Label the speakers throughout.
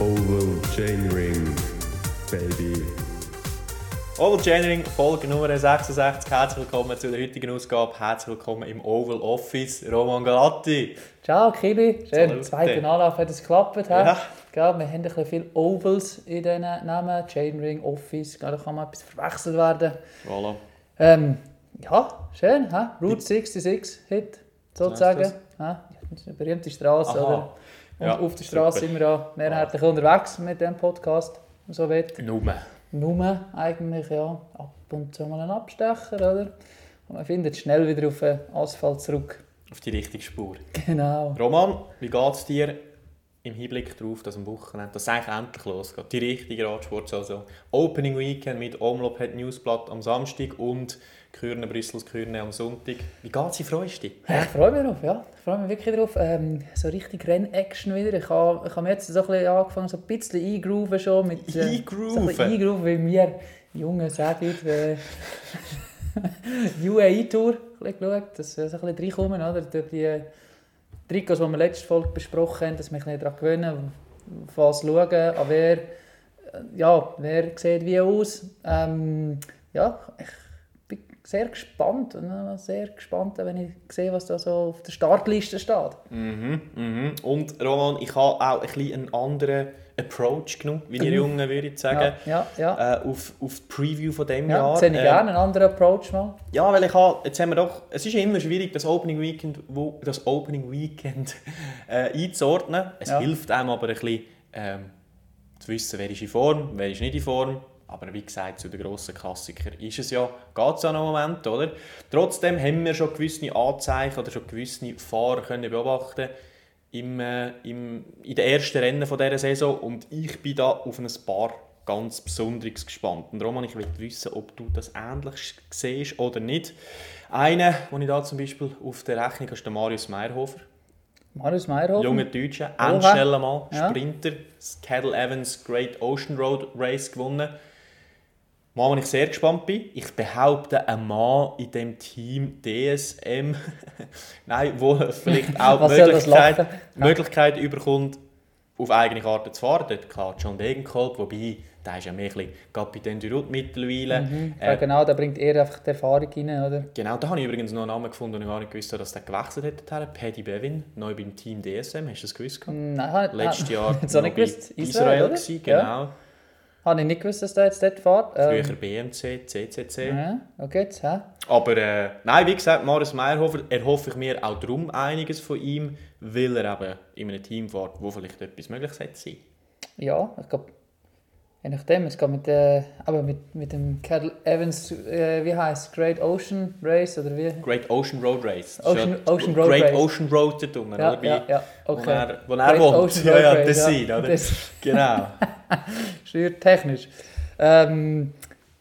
Speaker 1: Oval Chain Ring, baby.
Speaker 2: Oval Chairing, Folge Nummer 66. Herzlich willkommen zu der heutigen Ausgabe. Herzlich willkommen im Oval Office. Roman Galatti.
Speaker 3: Ciao Kili, schön,
Speaker 2: Salute.
Speaker 3: im zweiten Anlauf hat es geklappt. hä?
Speaker 2: Ja.
Speaker 3: Gell, wir haben ein bisschen viele Ovals in diesen Namen, Chainring, Office, gell, da kann mal etwas verwechselt werden.
Speaker 2: Voilà.
Speaker 3: Ähm, ja, schön, hä? Route 66 Hit, sozusagen.
Speaker 2: Was
Speaker 3: hä? Ja, das ist eine berühmte Straße,
Speaker 2: Aha.
Speaker 3: Also, oder? Und
Speaker 2: Ja,
Speaker 3: auf der Straße
Speaker 2: super.
Speaker 3: sind wir ja mehrheitlich unterwegs mit diesem Podcast, wenn man so will.
Speaker 2: Nummer.
Speaker 3: Nur eigentlich, ja, ab und zu mal einen Abstecher, oder? Und man findet schnell wieder auf den Asphalt zurück.
Speaker 2: Auf die richtige Spur.
Speaker 3: Genau.
Speaker 2: Roman, wie geht es dir im Hinblick darauf, dass am Wochenende das eigentlich endlich losgeht? Die richtige Radsportsaison. Opening Weekend mit Omlop hat Newsblatt am Samstag und Kürne Brüssels Kürne am Sonntag. Wie geht's? Wie freust du dich?
Speaker 3: Ja, ich freue mich drauf, ja. Ich freue mich wirklich drauf. Ähm, so richtig Renn-Action wieder. Ich habe, ich habe jetzt so ein bisschen angefangen, so ein bisschen eingrooven schon. Mit, äh,
Speaker 2: Eingrooven?
Speaker 3: So ein bisschen eingrooven, weil wir Jungen sagen, äh, UAE-Tour ein bisschen geschaut, dass wir so ein bisschen reinkommen, oder? Durch die äh, Trikots, die wir letzte Folge besprochen haben, dass wir ein bisschen daran gewöhnen, auf was schauen, an wer, äh, ja, wer sieht wie aus. Ähm, ja, ich bin sehr gespannt und äh, sehr gespannt, wenn ich sehe, was da so auf der Startliste steht.
Speaker 2: Mhm, mhm. Und Roman, ich habe auch ein bisschen einen anderen Approach genommen, wie die Jungen würden sagen.
Speaker 3: Ja, ja, Mhm. ja.
Speaker 2: Äh, auf, auf die Preview von diesem
Speaker 3: ja
Speaker 2: Jahr.
Speaker 3: das hätte ich
Speaker 2: Ähm,
Speaker 3: gerne, einen anderen Approach mal.
Speaker 2: Ja, weil ich habe, jetzt haben wir doch, es ist ja immer schwierig, das Opening Weekend, wo, das Opening Weekend äh, einzuordnen. Es
Speaker 3: Ja.
Speaker 2: hilft einem aber ein bisschen ähm, zu wissen, wer ist in Form, wer ist nicht in Form. Aber wie gesagt, zu den grossen Klassikern ist es ja, geht es ja noch einen Moment, oder? Trotzdem haben wir schon gewisse Anzeichen oder schon gewisse Fahrer können beobachten im, äh, im, in den ersten Rennen von dieser Saison und ich bin da auf ein paar ganz Besonderes gespannt. Und Roman, ich will wissen, ob du das ähnlich siehst oder nicht. Einen, den ich da zum Beispiel auf der Rechnung habe, ist der Marius Meierhofer,
Speaker 3: Marius Meyerhofer.
Speaker 2: junger Deutscher,
Speaker 3: Oha.
Speaker 2: endschneller Mann,
Speaker 3: Ja.
Speaker 2: Sprinter, das Cadel Evans Great Ocean Road Race gewonnen. Mann, wenn ich sehr gespannt bin, ich behaupte, ein Mann in dem Team DSM, nein, wo er vielleicht auch
Speaker 3: Was soll das
Speaker 2: Möglichkeit,
Speaker 3: lachen?
Speaker 2: Möglichkeit überkommt, auf eigene Karte zu fahren. Dort klar John Degenkolb, wobei, der ist ja mehr ein bisschen gerade bei den Durut mittlerweile.
Speaker 3: Ja,
Speaker 2: Äh,
Speaker 3: genau, da bringt er einfach die Erfahrung rein, oder?
Speaker 2: Genau, da habe ich übrigens noch einen Namen gefunden, den ich gar nicht gewusst habe, dass der gewechselt hat. dorthin. Paddy Bevin, neu beim Team DSM, hast du das gewusst? gehabt?
Speaker 3: Nein, habe ich-
Speaker 2: Äh, Letztes
Speaker 3: ah,
Speaker 2: Jahr
Speaker 3: Jetzt habe ich
Speaker 2: noch bei
Speaker 3: gewusst. Israel, oder?
Speaker 2: gewesen,
Speaker 3: Ja.
Speaker 2: genau.
Speaker 3: Habe ich nicht gewusst, dass der jetzt dort fährt. Ähm,
Speaker 2: Früher BMC, CCC.
Speaker 3: Ja, okay, jetzt, hä?
Speaker 2: Aber äh, nein, wie gesagt, Marius Meyerhofer erhoffe ich mir auch darum einiges von ihm, weil er eben in einem Team fährt, wo vielleicht etwas möglich sein sein.
Speaker 3: Ja, ich glaube, je nachdem, es geht mit, äh, aber mit, mit dem Cadel Evans, äh, wie heißt Great Ocean Race oder wie?
Speaker 2: Great Ocean Road Race.
Speaker 3: Ocean-
Speaker 2: Das ist ja
Speaker 3: Ocean Road
Speaker 2: Great
Speaker 3: Race.
Speaker 2: Ocean Road dort unten,
Speaker 3: Ja,
Speaker 2: oder?
Speaker 3: ja, ja,
Speaker 2: Wo
Speaker 3: okay.
Speaker 2: er, wo er wohnt. Ja,
Speaker 3: Road
Speaker 2: ja,
Speaker 3: Race,
Speaker 2: das sein, oder?
Speaker 3: Das
Speaker 2: Genau.
Speaker 3: ist eher technisch. Ähm,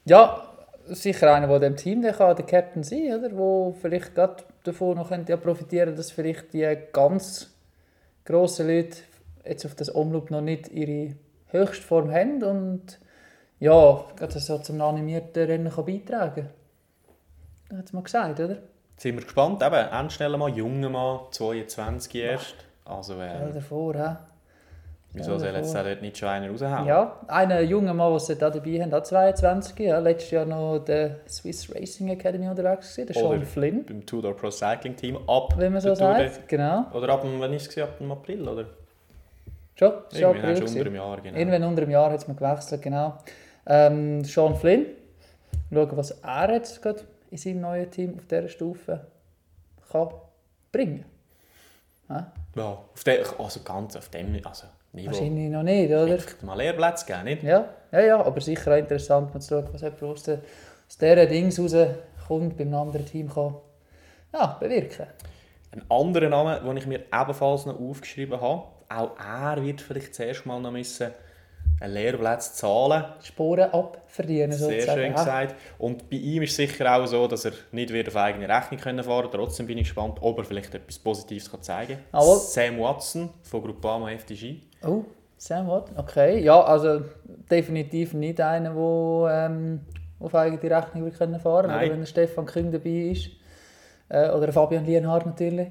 Speaker 3: ja, sicher einer, der dem Team dann kann, der Captain sein oder? Wo vielleicht gerade davon noch könnte ja profitieren dass vielleicht die ganz grossen Leute jetzt auf das Umlauf noch nicht ihre Höchstform haben und ja, gerade das so zum animierten Rennen kann beitragen kann. Hat mal gesagt, oder?
Speaker 2: Sind wir gespannt, eben, endschneller Mann, junger Mann, 22 erst. Also,
Speaker 3: Stell
Speaker 2: äh,
Speaker 3: dir vor, hä?
Speaker 2: wieso soll jetzt da dort nicht schon einer raushauen?
Speaker 3: Ja, einen jungen Mann, den sie da dabei haben, auch 22, ja, letztes Jahr noch der Swiss Racing Academy unterwegs gewesen, der Sean
Speaker 2: Oder-
Speaker 3: Flynn,
Speaker 2: Beim Tudor Pro Cycling Team ab
Speaker 3: wenn man so
Speaker 2: der Tour de-
Speaker 3: sagt, genau.
Speaker 2: Oder ab, dem- wann ist es? gewesen? Ab dem April, oder?
Speaker 3: Schon, schon
Speaker 2: Irgendwie
Speaker 3: April
Speaker 2: nein, schon unter
Speaker 3: gewesen.
Speaker 2: einem Jahr, genau.
Speaker 3: Irgendwann unter dem Jahr hat es gewechselt, genau. Ähm, Sean Flynn, schauen, was er jetzt gerade in seinem neuen Team auf dieser Stufe kann bringen
Speaker 2: Ja, auf de, also ganz auf dem also Niveau.
Speaker 3: Wahrscheinlich noch nicht, oder?
Speaker 2: Vielleicht mal Lehrplätze geben, nicht?
Speaker 3: Ja, ja, ja, aber sicher auch interessant, mal zu schauen, was jemand aus, der, aus dieser Dings rauskommt, beim anderen Team kann ja, bewirken
Speaker 2: Ein anderer Name, den ich mir ebenfalls noch aufgeschrieben habe, auch er wird vielleicht zuerst mal noch müssen einen Lehrplatz zahlen
Speaker 3: Sporen abverdienen,
Speaker 2: Sehr
Speaker 3: sozusagen.
Speaker 2: schön
Speaker 3: Ah,
Speaker 2: gesagt. Und bei ihm ist sicher auch so, dass er nicht wird auf eigene Rechnung können fahren kann. Trotzdem bin ich gespannt, ob er vielleicht etwas Positives kann zeigen kann.
Speaker 3: Jawohl.
Speaker 2: Sam Watson von Gruppama FDG.
Speaker 3: Oh, Sam Watt, okay. Ja, also definitiv nicht einer, der ähm, auf eigene Rechnung wird können fahren
Speaker 2: Nein.
Speaker 3: oder wenn der Stefan Küng dabei ist. Äh, oder Fabian Lienhardt natürlich.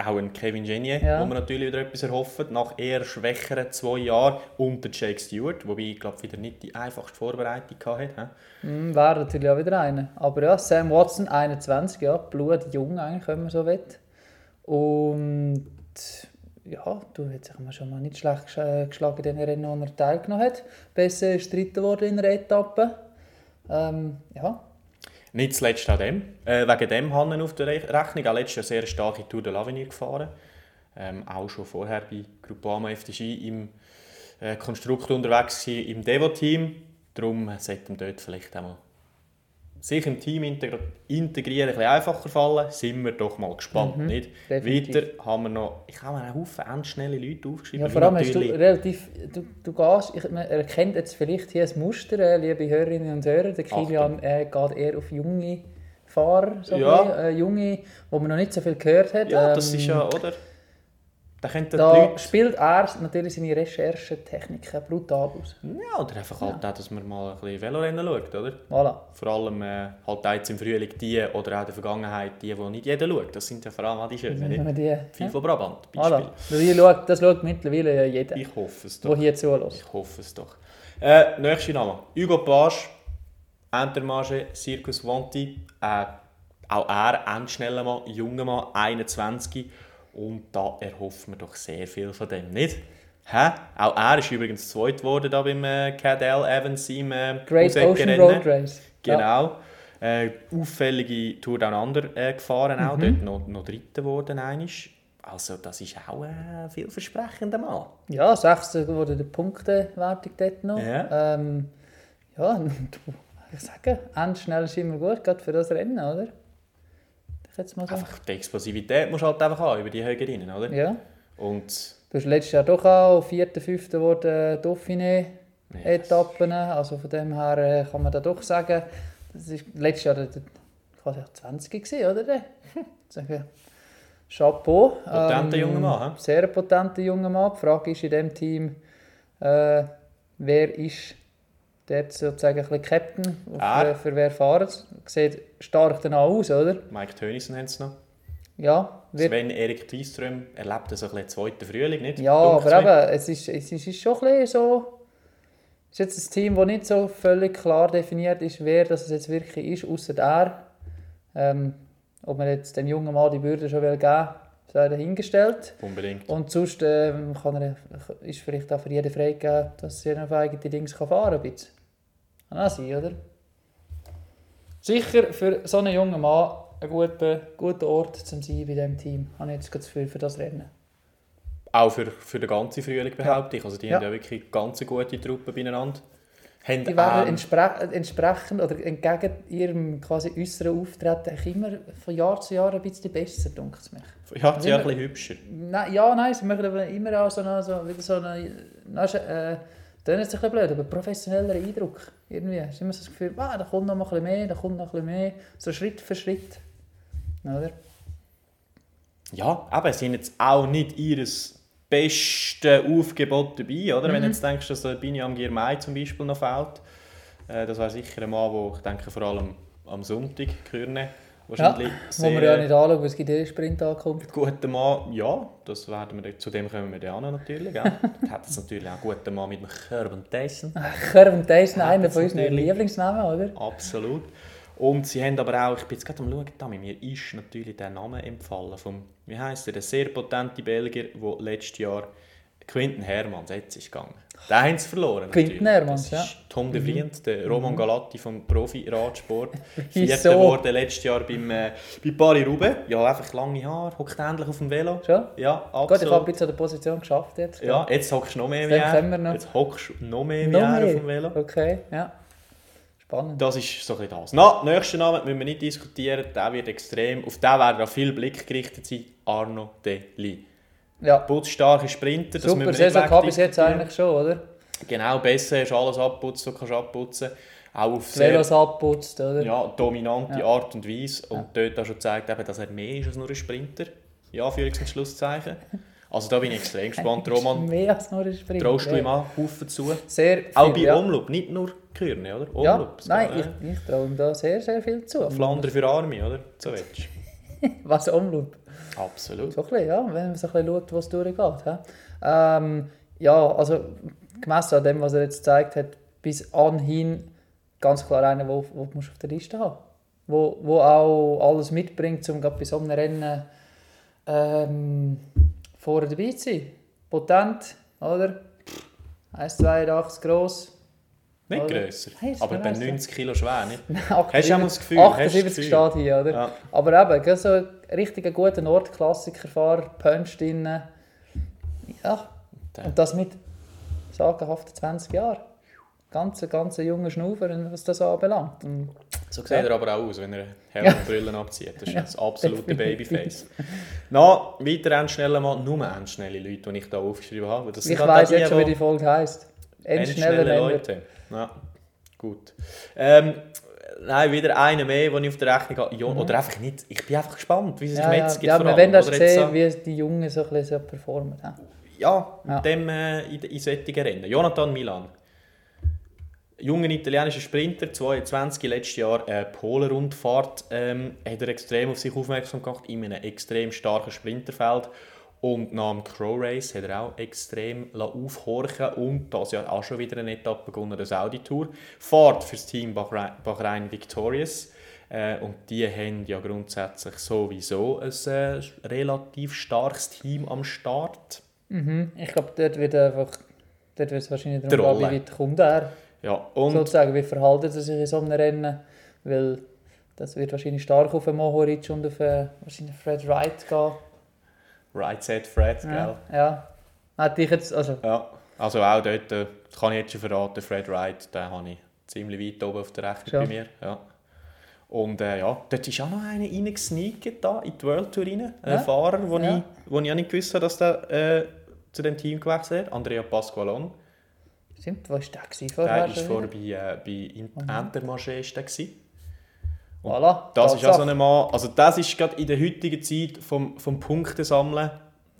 Speaker 2: Auch ein Kevin Genier,
Speaker 3: Ja.
Speaker 2: wo man natürlich wieder etwas erhofft, nach eher schwächeren zwei Jahren unter Jake Stewart, wobei ich glaube wieder nicht die einfachste Vorbereitung hatte. hä?
Speaker 3: Hm, Wäre natürlich auch wieder einer. Aber ja, Sam Watson, 21, ja, blutjung eigentlich, wenn man so will. Und ja, du hat sich mal schon mal nicht schlecht gesch- äh, geschlagen, den Rennen, wo er teilgenommen hat. Besser ist dritter geworden in einer Etappe. Ähm, ja,
Speaker 2: Nicht zuletzt an dem. Äh, wegen dem haben wir auf der Rech- Rechnung auch letztes Jahr sehr stark in Tour de l'Avenir gefahren. Ähm, auch schon vorher bei Groupama FDG im äh, Konstrukt unterwegs gewesen, im Devo-Team. Darum sollte ihm dort vielleicht auch mal sich im Team integri integrieren ein bisschen einfacher fallen. Sind wir doch mal gespannt, nicht?
Speaker 3: Mhm. definitiv.
Speaker 2: Weiter haben wir noch, ich habe mir einen Haufen endschnelle Leute aufgeschrieben.
Speaker 3: ja
Speaker 2: wie
Speaker 3: vor allem hast du
Speaker 2: natürlich-
Speaker 3: relativ. Du, du gehst, ich, man erkennt jetzt vielleicht hier ein Muster, äh, liebe Hörerinnen und Hörer. Der Kilian äh, geht eher auf junge Fahrer, so
Speaker 2: Ja.
Speaker 3: ein bisschen, äh, junge, wo man noch nicht so viel gehört hat.
Speaker 2: Ja, das
Speaker 3: Ähm,
Speaker 2: ist ja, oder? Da könnten die
Speaker 3: Da
Speaker 2: Leute...
Speaker 3: spielt er natürlich seine Recherchetechniken brutal aus.
Speaker 2: Ja, oder einfach halt auch, dass man mal ein bisschen Velorennen schaut, oder?
Speaker 3: Voilà.
Speaker 2: Vor allem äh, halt auch jetzt im Frühling die oder auch in der Vergangenheit die, die nicht jeder schaut. Das sind ja vor allem auch die Schönen.
Speaker 3: Wenn
Speaker 2: nicht?
Speaker 3: man die, ja,
Speaker 2: Viel von Brabant, Beispiel.
Speaker 3: voilà. Das schaut, das schaut mittlerweile ja jeder,
Speaker 2: Ich hoffe es
Speaker 3: der
Speaker 2: doch.
Speaker 3: hier zulässt.
Speaker 2: Ich hoffe es doch. Äh, nächster Name. Hugo Page, Entermarge, Circus Vanti. Äh, auch er, ein schneller Mann, junger Mann, 21. Und da erhoffen wir doch sehr viel von dem, nicht? Hä? Auch er ist übrigens zweit geworden da beim äh, Cadell Evans im äh,
Speaker 3: Great Ocean
Speaker 2: Hauseck-Rennen.
Speaker 3: Road Race. Ja.
Speaker 2: Genau. Äh, auffällige Tour Down Under äh, gefahren,
Speaker 3: Mhm.
Speaker 2: auch dort noch, noch Dritter geworden. einisch. Also, das ist auch äh, ein vielversprechender Mann.
Speaker 3: Ja, 16 wurde der Punktewertung dort noch.
Speaker 2: Ja.
Speaker 3: Ähm, ja, und du, ich sage, endschnell ist immer gut, gerade für das Rennen, oder? Ich jetzt mal sagen.
Speaker 2: Einfach die Explosivität musst du halt einfach haben über die Högerinnen, oder?
Speaker 3: Also Ja.
Speaker 2: Und
Speaker 3: Du hast letztes Jahr doch auch vierter, fünfter wurde Dauphiné-Etappen. Also von dem her äh, kann man da doch sagen, das ist letztes Jahr der, der, quasi auch 20 gewesen, oder? Der? Sagen, Chapeau. Ähm,
Speaker 2: Potenter junger Mann, hä?
Speaker 3: Sehr potenter junger Mann. Die Frage ist in diesem Team, äh, wer ist der sozusagen ein bisschen Captain? Auf,
Speaker 2: Er.
Speaker 3: äh, für wer fahren sie? Sieht stark danach aus, oder?
Speaker 2: Mike Tönissen haben sie noch.
Speaker 3: Ja, wird
Speaker 2: Sven Erik Thieström erlebt das ein bisschen den zweiten Frühling, nicht?
Speaker 3: Ja,
Speaker 2: Dunkel's mir.
Speaker 3: aber eben, es ist, es ist ist schon ein bisschen so. Es ist jetzt ein Team, das nicht so völlig klar definiert ist, wer das jetzt wirklich ist, außer er. Ähm, ob man jetzt dem jungen Mann die Bürde schon will geben will, sei dahingestellt.
Speaker 2: Unbedingt.
Speaker 3: Und sonst ähm, kann er, ist vielleicht auch für jeden freigegeben, dass er auf eigene Dings kann fahren kann. ein bisschen. Kann auch sein, oder? Sicher für so einen jungen Mann ein guter, guter Ort zum Sein bei diesem Team. Habe ich jetzt gerade das Gefühl für das Rennen.
Speaker 2: Auch für, für den ganzen Frühling behaupte ich. Also, die
Speaker 3: Ja.
Speaker 2: haben ja wirklich ganz gute Truppen beieinander. Haben
Speaker 3: Die werden
Speaker 2: ähm,
Speaker 3: entspre entsprechend oder entgegen ihrem quasi äußeren Auftreten eigentlich immer von Jahr zu Jahr ein bisschen besser, denke ich mich.
Speaker 2: ja, die sind ein bisschen hübscher.
Speaker 3: Nein, ja, nein, sie machen aber immer auch so eine, so, wieder so eine, na, ist, äh, dann ist es ein bisschen blöd, aber professioneller Eindruck. Irgendwie hast du immer so das Gefühl, ah, da kommt noch mal ein bisschen mehr, da kommt noch ein bisschen mehr, so Schritt für Schritt. Oder?
Speaker 2: Ja, aber sie haben jetzt auch nicht ihr bestes Aufgebot dabei, oder?
Speaker 3: Mhm.
Speaker 2: Wenn du jetzt denkst, dass der Biniam Girmay zum Beispiel noch fehlt, äh, das wäre sicher ein Mann, wo ich denke, vor allem am Sonntag, Kürne,
Speaker 3: Ja,
Speaker 2: wahrscheinlich
Speaker 3: muss
Speaker 2: sehr
Speaker 3: man ja nicht anschauen, was es gibt, eh Sprintankunft.
Speaker 2: guter Mann, ja, das werden wir, dann- zu dem kommen wir dann auch noch natürlich, gell? Dann hat es natürlich auch einen guten Mann mit dem Körben Tyson,
Speaker 3: Kerben Tyson, einer
Speaker 2: das
Speaker 3: von unseren
Speaker 2: natürlich.
Speaker 3: Lieblingsnamen, oder?
Speaker 2: absolut. Und sie haben aber auch, ich bin jetzt gerade am schauen, Tami, mir ist natürlich der Name empfallen vom, wie heisst er, der sehr potente Belgier, der letztes Jahr Quinten Hermanns, jetzt ist gegangen. Den haben sie verloren.
Speaker 3: Quinten Mhm.
Speaker 2: natürlich.
Speaker 3: Hermans,
Speaker 2: Das ist Tom de Vriend, der Roman Galatti vom Profi-Radsport.
Speaker 3: Wieso?
Speaker 2: Vierter wurde letztes Jahr beim, äh, bei Paris-Roubaix. Ja, einfach lange Haare, hockt endlich auf dem Velo.
Speaker 3: Schon?
Speaker 2: Ja,
Speaker 3: Gut, ich habe ein
Speaker 2: absolut.
Speaker 3: bisschen an der Position geschafft jetzt.
Speaker 2: Ja, jetzt hockst du noch mehr wie
Speaker 3: Dem kennen wir
Speaker 2: er.
Speaker 3: noch.
Speaker 2: Jetzt hockst du noch mehr wie
Speaker 3: Noch
Speaker 2: er
Speaker 3: mehr?
Speaker 2: auf dem Velo.
Speaker 3: Okay, ja. Spannend.
Speaker 2: Das ist so ein bisschen das. Na, nächster Name müssen wir nicht diskutieren, der wird extrem. Auf den werden auch viel Blick gerichtet sein. Arno Deli.
Speaker 3: Ja,
Speaker 2: Putzstarke Sprinter, das
Speaker 3: super
Speaker 2: müssen wir nicht
Speaker 3: Saison gehabt bis jetzt
Speaker 2: wegdiskutieren.
Speaker 3: eigentlich schon, oder?
Speaker 2: Genau, besser ist alles abputzt, so kannst du abputzen. Auch auf
Speaker 3: Die
Speaker 2: sehr
Speaker 3: Velos abputzt, oder?
Speaker 2: ja, dominante Art und Weise. Und dort auch schon gezeigt, eben, dass er mehr ist als nur ein Sprinter. Ja, Anführungs- und Schlusszeichen. Also da bin ich extrem gespannt, Roman.
Speaker 3: Mehr als nur ein Sprint.
Speaker 2: Traust du ihm
Speaker 3: ja.
Speaker 2: an, Haufen zu.
Speaker 3: Sehr viel,
Speaker 2: Auch bei
Speaker 3: ja.
Speaker 2: Omloop, nicht nur Kürne, oder?
Speaker 3: Ja,
Speaker 2: Omloop.
Speaker 3: nein, ich, ich traue ihm da sehr, sehr viel zu.
Speaker 2: Flandern für Arme, oder? So willst du.
Speaker 3: Was Omloop?
Speaker 2: Absolut.
Speaker 3: So ein bisschen, ja, wenn man so ein bisschen schaut, was durchgeht. hä? Ähm, ja, also gemessen an dem, was er jetzt gezeigt hat, bis anhin ganz klar einer, wo, wo du musst auf der Liste haben wo, wo auch alles mitbringt, um gerade bei so einem Rennen ähm, vorne dabei zu sein. Potent, oder? 1,82 groß.
Speaker 2: Nicht
Speaker 3: Oder?
Speaker 2: grösser.
Speaker 3: Nein, ist
Speaker 2: aber
Speaker 3: mir
Speaker 2: bei
Speaker 3: weiss, ja.
Speaker 2: 90 Kilo schwer, nicht?
Speaker 3: Hast
Speaker 2: du auch mal das Gefühl, hast du das
Speaker 3: 78
Speaker 2: Gefühl?
Speaker 3: steht hier, oder?
Speaker 2: Ja.
Speaker 3: Aber eben, gell, so ein richtiger guter Nordklassikerfahrer, puncht innen. Ja,
Speaker 2: Der-
Speaker 3: und das mit sagenhaften 20 Jahren. Ganz, ganz junger Schnaufer, was das anbelangt. Und
Speaker 2: So sieht er aber auch aus, wenn er Helm und Brillen abzieht. Das ist das absolute
Speaker 3: definitiv.
Speaker 2: Babyface. Na, weiter endschnell mal. Nur endschnelle Leute, die ich da aufgeschrieben habe. Das sind
Speaker 3: ich
Speaker 2: halt
Speaker 3: weiß
Speaker 2: die,
Speaker 3: jetzt schon, wie
Speaker 2: die
Speaker 3: die Folge heisst. Endschneller
Speaker 2: endschnelle
Speaker 3: Länder.
Speaker 2: Leute. Ja, gut. Ähm, nein, wieder einer mehr, den ich auf der Rechnung habe. Ja, Oder einfach nicht. Ich bin einfach gespannt, wie es sich
Speaker 3: Mhm. Ja, ja.
Speaker 2: jetzt gibt.
Speaker 3: ja
Speaker 2: vor
Speaker 3: wir
Speaker 2: allem.
Speaker 3: wollen das
Speaker 2: Oder jetzt
Speaker 3: sehen,
Speaker 2: so-
Speaker 3: wie die Jungen so ein bisschen so performen. hä?
Speaker 2: Ja,
Speaker 3: Ja.
Speaker 2: mit Dem, äh, in, in solchen Rennen. Jonathan Milan. Junger italienischer Sprinter, 22, letztes Jahr äh, Polen-Rundfahrt, ähm, hat er extrem auf sich aufmerksam gemacht, in einem extrem starken Sprinterfeld. Und nach dem Crow Race hat er auch extrem la aufhorchen und das Jahr auch schon wieder eine Etappe gewonnen, der Saudi-Tour. Fahrt für das Team Bahrain, Bahrain Victorious. Äh, und die haben ja grundsätzlich sowieso ein äh, relativ starkes Team am Start.
Speaker 3: Mhm. Ich glaube, dort wird einfach. Dort wird es wahrscheinlich
Speaker 2: Der
Speaker 3: darum gehen,
Speaker 2: Rolle.
Speaker 3: wie weit kommt er.
Speaker 2: Ja, und
Speaker 3: sozusagen, wie verhalten sie sich in so einem Rennen, weil das wird wahrscheinlich stark auf den Mohoric und auf äh, wahrscheinlich Fred Wright gehen.
Speaker 2: Right Said Fred, gell?
Speaker 3: Ja, ja. Hätte ich jetzt, also,
Speaker 2: Ja. Also auch dort, äh, das kann ich jetzt schon verraten, Fred Wright, den habe ich ziemlich weit oben auf der Rechnung
Speaker 3: Ja.
Speaker 2: bei mir. Ja. Und äh, ja, dort ist auch noch einer reingesneakt, da in die World Tour rein. Ein
Speaker 3: Ja.
Speaker 2: Fahrer, wo,
Speaker 3: Ja.
Speaker 2: ich, wo ich auch nicht gewusst habe, dass der äh, zu dem Team gewechselt hat. Andrea Pasqualon.
Speaker 3: stimmt, wo war der gewesen vorher?
Speaker 2: Der war
Speaker 3: schon
Speaker 2: vorher
Speaker 3: wieder? Mhm.
Speaker 2: bei, äh, bei In- Intermarché. ist der gewesen. Und
Speaker 3: Voilà,
Speaker 2: Das ist auch so
Speaker 3: Tatsache.
Speaker 2: ein Mann, also das ist gerade in der heutigen Zeit vom, vom Punktesammeln.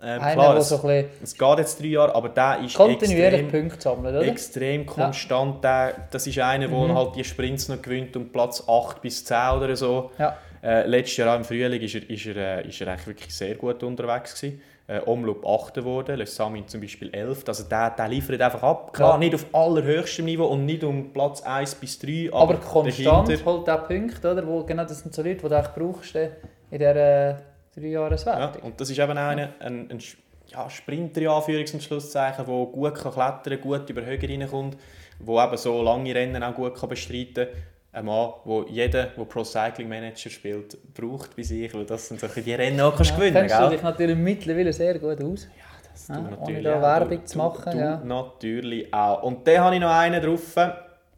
Speaker 2: Ähm,
Speaker 3: Einer,
Speaker 2: klar,
Speaker 3: der
Speaker 2: es-
Speaker 3: so ein bisschen
Speaker 2: Es geht jetzt drei Jahre, aber der ist
Speaker 3: kontinuierlich
Speaker 2: extrem,
Speaker 3: Punkte sammelt, oder? Mhm.
Speaker 2: extrem konstant. Der, das ist einer, der halt die Sprints noch gewinnt und Platz 8 bis 10 oder so.
Speaker 3: Ja.
Speaker 2: Äh, letztes Jahr auch im Frühling ist er, ist er, äh, ist er eigentlich wirklich sehr gut unterwegs gewesen. Äh, Omloop 8 geworden, Les Samin zum Beispiel 11. Also der, der liefert einfach ab. Klar,
Speaker 3: Ja.
Speaker 2: nicht auf allerhöchstem Niveau und nicht um Platz 1 bis 3, aber,
Speaker 3: Aber konstant
Speaker 2: dahinter-
Speaker 3: holt auch Punkte, oder? Wo, genau, das sind so Leute, die du eigentlich brauchst äh, in dieser äh, drei
Speaker 2: Ja,
Speaker 3: Jahreswertung.
Speaker 2: und das ist eben einer, ein, ein Sch- ja, Sprinter in Anführungs- und Schlusszeichen, der gut kann klettern gut über Höhe reinkommt, der eben so lange Rennen auch gut kann bestreiten kann. Ein Mann, wo jeder, der Pro Cycling Manager spielt, braucht bei sich, weil das sind solche die Rennen auch kannst gewinnen
Speaker 3: kennst du
Speaker 2: gell?
Speaker 3: dich natürlich mittlerweile sehr gut aus.
Speaker 2: Ja, das
Speaker 3: Ja, ohne
Speaker 2: natürlich
Speaker 3: da
Speaker 2: auch.
Speaker 3: Werbung
Speaker 2: Du-
Speaker 3: zu machen,
Speaker 2: Du, du
Speaker 3: ja.
Speaker 2: natürlich auch. Und dann habe ich noch einen drauf,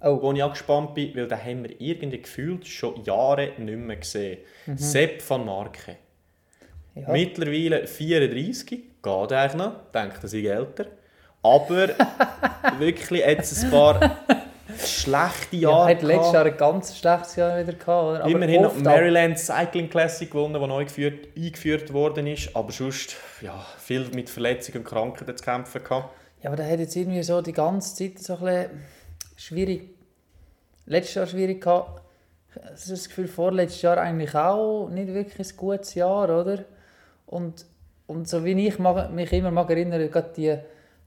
Speaker 3: Oh,
Speaker 2: wo ich auch gespannt bin, weil den haben wir irgendwie gefühlt schon Jahre nicht mehr gesehen.
Speaker 3: Mhm.
Speaker 2: Sepp van Marke.
Speaker 3: ja.
Speaker 2: Mittlerweile 34, geht eigentlich noch, denke, er sei älter. Aber wirklich jetzt ein paar schlechte
Speaker 3: Ja,
Speaker 2: Jahre.
Speaker 3: hat letztes
Speaker 2: gehabt.
Speaker 3: Jahr ein ganz schlechtes Jahr wieder gehabt, oder? Aber
Speaker 2: Immerhin noch
Speaker 3: oft
Speaker 2: Maryland Cycling Classic gewonnen, die neu geführt, eingeführt worden ist. Aber sonst ja, viel mit Verletzungen und Krankheiten zu kämpfen gehabt.
Speaker 3: Ja, aber der hat jetzt irgendwie so die ganze Zeit so ein bisschen schwierig. Letztes Jahr schwierig gehabt. Das ist das Gefühl, vorletztes Jahr eigentlich auch nicht wirklich ein gutes Jahr, oder? Und, und so wie ich mag, mich immer mag erinnere, gerade die,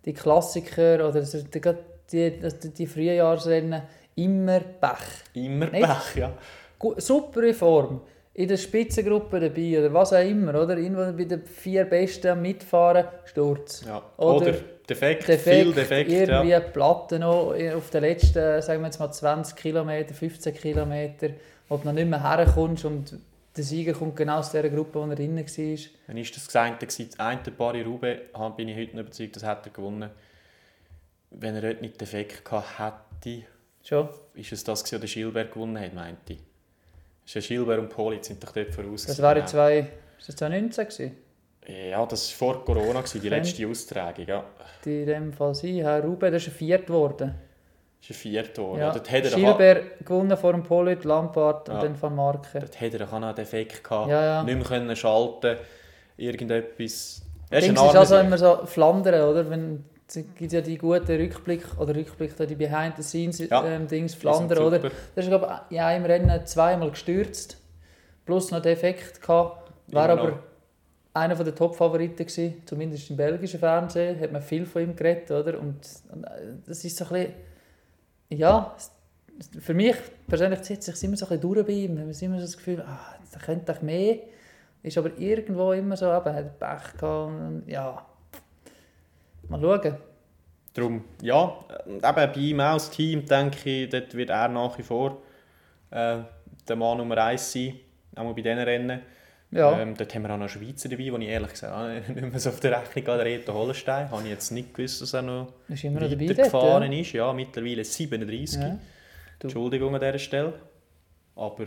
Speaker 3: die Klassiker oder so, die, gerade die, die, die Frühjahrsrennen, immer Pech.
Speaker 2: Immer
Speaker 3: Nicht?
Speaker 2: Pech, ja.
Speaker 3: Gu- super Reform. In der Spitzengruppe dabei oder was auch immer, oder? Irgendwo bei den vier Besten am Mitfahren, Sturz.
Speaker 2: ja.
Speaker 3: Oder
Speaker 2: Oder, defekt,
Speaker 3: Defekt,
Speaker 2: viel Defekt.
Speaker 3: irgendwie
Speaker 2: Ja.
Speaker 3: Platte noch auf den letzten, sagen wir jetzt mal 20 Kilometer, 15 Kilometer, wo du noch nicht mehr herkommst und der Sieger kommt genau aus dieser Gruppe, wo er drin war.
Speaker 2: Dann ist das gesagt, das eine Paar in Rube, bin ich heute noch überzeugt, das hätte er gewonnen. Wenn er dort nicht defekt gehabt hätte,
Speaker 3: Schon?
Speaker 2: ist es das, gewesen, was der Schilberg gewonnen hat, meinte ich. Ist der Schilberg und Politz sind doch dort voraus.
Speaker 3: Das
Speaker 2: gewesen,
Speaker 3: wäre
Speaker 2: ja.
Speaker 3: zwei, ist das 2019 gewesen?
Speaker 2: Ja, das war vor Corona, gewesen, die
Speaker 3: Könnte-
Speaker 2: letzte Austragung. Ja.
Speaker 3: Die in dem Fall sein. Herr Ruben, der ist viert geworden.
Speaker 2: Das ist ein Viertor. Oh, Ja.
Speaker 3: Ja.
Speaker 2: Dort hat er doch-
Speaker 3: Schilberg gewonnen vor dem Polit, Lampard
Speaker 2: Ja.
Speaker 3: und dann Van Marken.
Speaker 2: dort hat er doch auch noch einen Defekt gehabt.
Speaker 3: Ja, ja.
Speaker 2: Nicht mehr können schalten irgendetwas. Er ist
Speaker 3: Das
Speaker 2: ein
Speaker 3: Dings ist
Speaker 2: armer
Speaker 3: also
Speaker 2: Sieg.
Speaker 3: immer so Flandern, oder? Wenn es gibt ja die guten Rückblick oder Rückblick da die Behind the Scenes
Speaker 2: Ja,
Speaker 3: ähm, Dings
Speaker 2: Die sind
Speaker 3: Flandern, oder?
Speaker 2: super.
Speaker 3: Der ist glaube ich in einem Rennen zweimal gestürzt, plus noch Defekt gehabt. Wäre
Speaker 2: Immer
Speaker 3: aber
Speaker 2: noch.
Speaker 3: einer der Top-Favoriten, gewesen, zumindest im belgischen Fernsehen, hat man viel von ihm geredet, oder? Und, und äh, das ist so ein bisschen, ja, es- es- für mich persönlich zieht es sich immer so ein bisschen durch bei ihm. Man hat immer so das Gefühl, ah, da könnte ich mehr. Ist aber irgendwo immer so, aber hat Pech gehabt, und, ja. Mal schauen.
Speaker 2: Darum, ja, und eben bei ihm auch das Team, denke ich, dort wird er nach wie vor äh, der Mann Nummer 1 sein, auch mal bei diesen Rennen.
Speaker 3: Ja.
Speaker 2: Ähm, dort haben wir auch noch Schweizer dabei, wo ich ehrlich gesagt auch nicht mehr so auf der Rechnung habe, der Reto Hollenstein. Habe ich jetzt nicht gewusst, dass er noch
Speaker 3: Ist immer noch dabei dort,
Speaker 2: weitergefahren
Speaker 3: ja.
Speaker 2: ist. Ja, mittlerweile 37.
Speaker 3: Ja. Du.
Speaker 2: Entschuldigung an dieser Stelle. Aber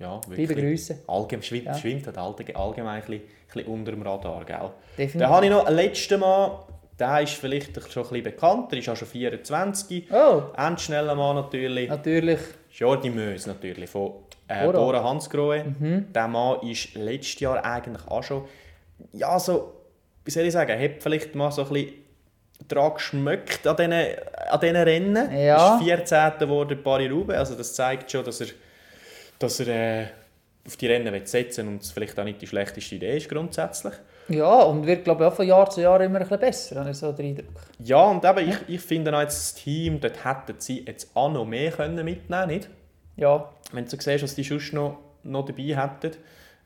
Speaker 2: ja,
Speaker 3: Liebe Grüße.
Speaker 2: Allgemein schwimmt,
Speaker 3: Ja.
Speaker 2: schwimmt halt allge- allgemein ein bisschen, ein bisschen unter dem Radar, gell?
Speaker 3: Definitiv.
Speaker 2: Dann habe ich noch einen letzten Mann, der ist vielleicht schon ein bisschen bekannter, ist auch schon 24.
Speaker 3: Oh,
Speaker 2: Endschneller Mann natürlich.
Speaker 3: natürlich.
Speaker 2: Jordi Mös natürlich, von äh,
Speaker 3: Bora. Mhm.
Speaker 2: Bora Hansgrohe. Der Mann ist letztes Jahr eigentlich auch schon, ja so, wie soll ich sagen, hat vielleicht mal so ein bisschen dran geschmeckt an diesen, an diesen Rennen.
Speaker 3: Ja.
Speaker 2: Ist 14. geworden bei Paris-Roubaix, also das zeigt schon, dass er, dass er äh, auf die Rennen will setzen und es vielleicht auch nicht die schlechteste Idee ist grundsätzlich.
Speaker 3: Ja, und wird, glaube ich, auch von Jahr zu Jahr immer ein bisschen besser, habe ich so den Eindruck.
Speaker 2: Ja, und eben, ich, ich finde auch jetzt das Team, dort hätten sie jetzt auch noch mehr können mitnehmen können, nicht?
Speaker 3: Ja,
Speaker 2: wenn du so siehst, was die sonst noch, noch dabei hätten.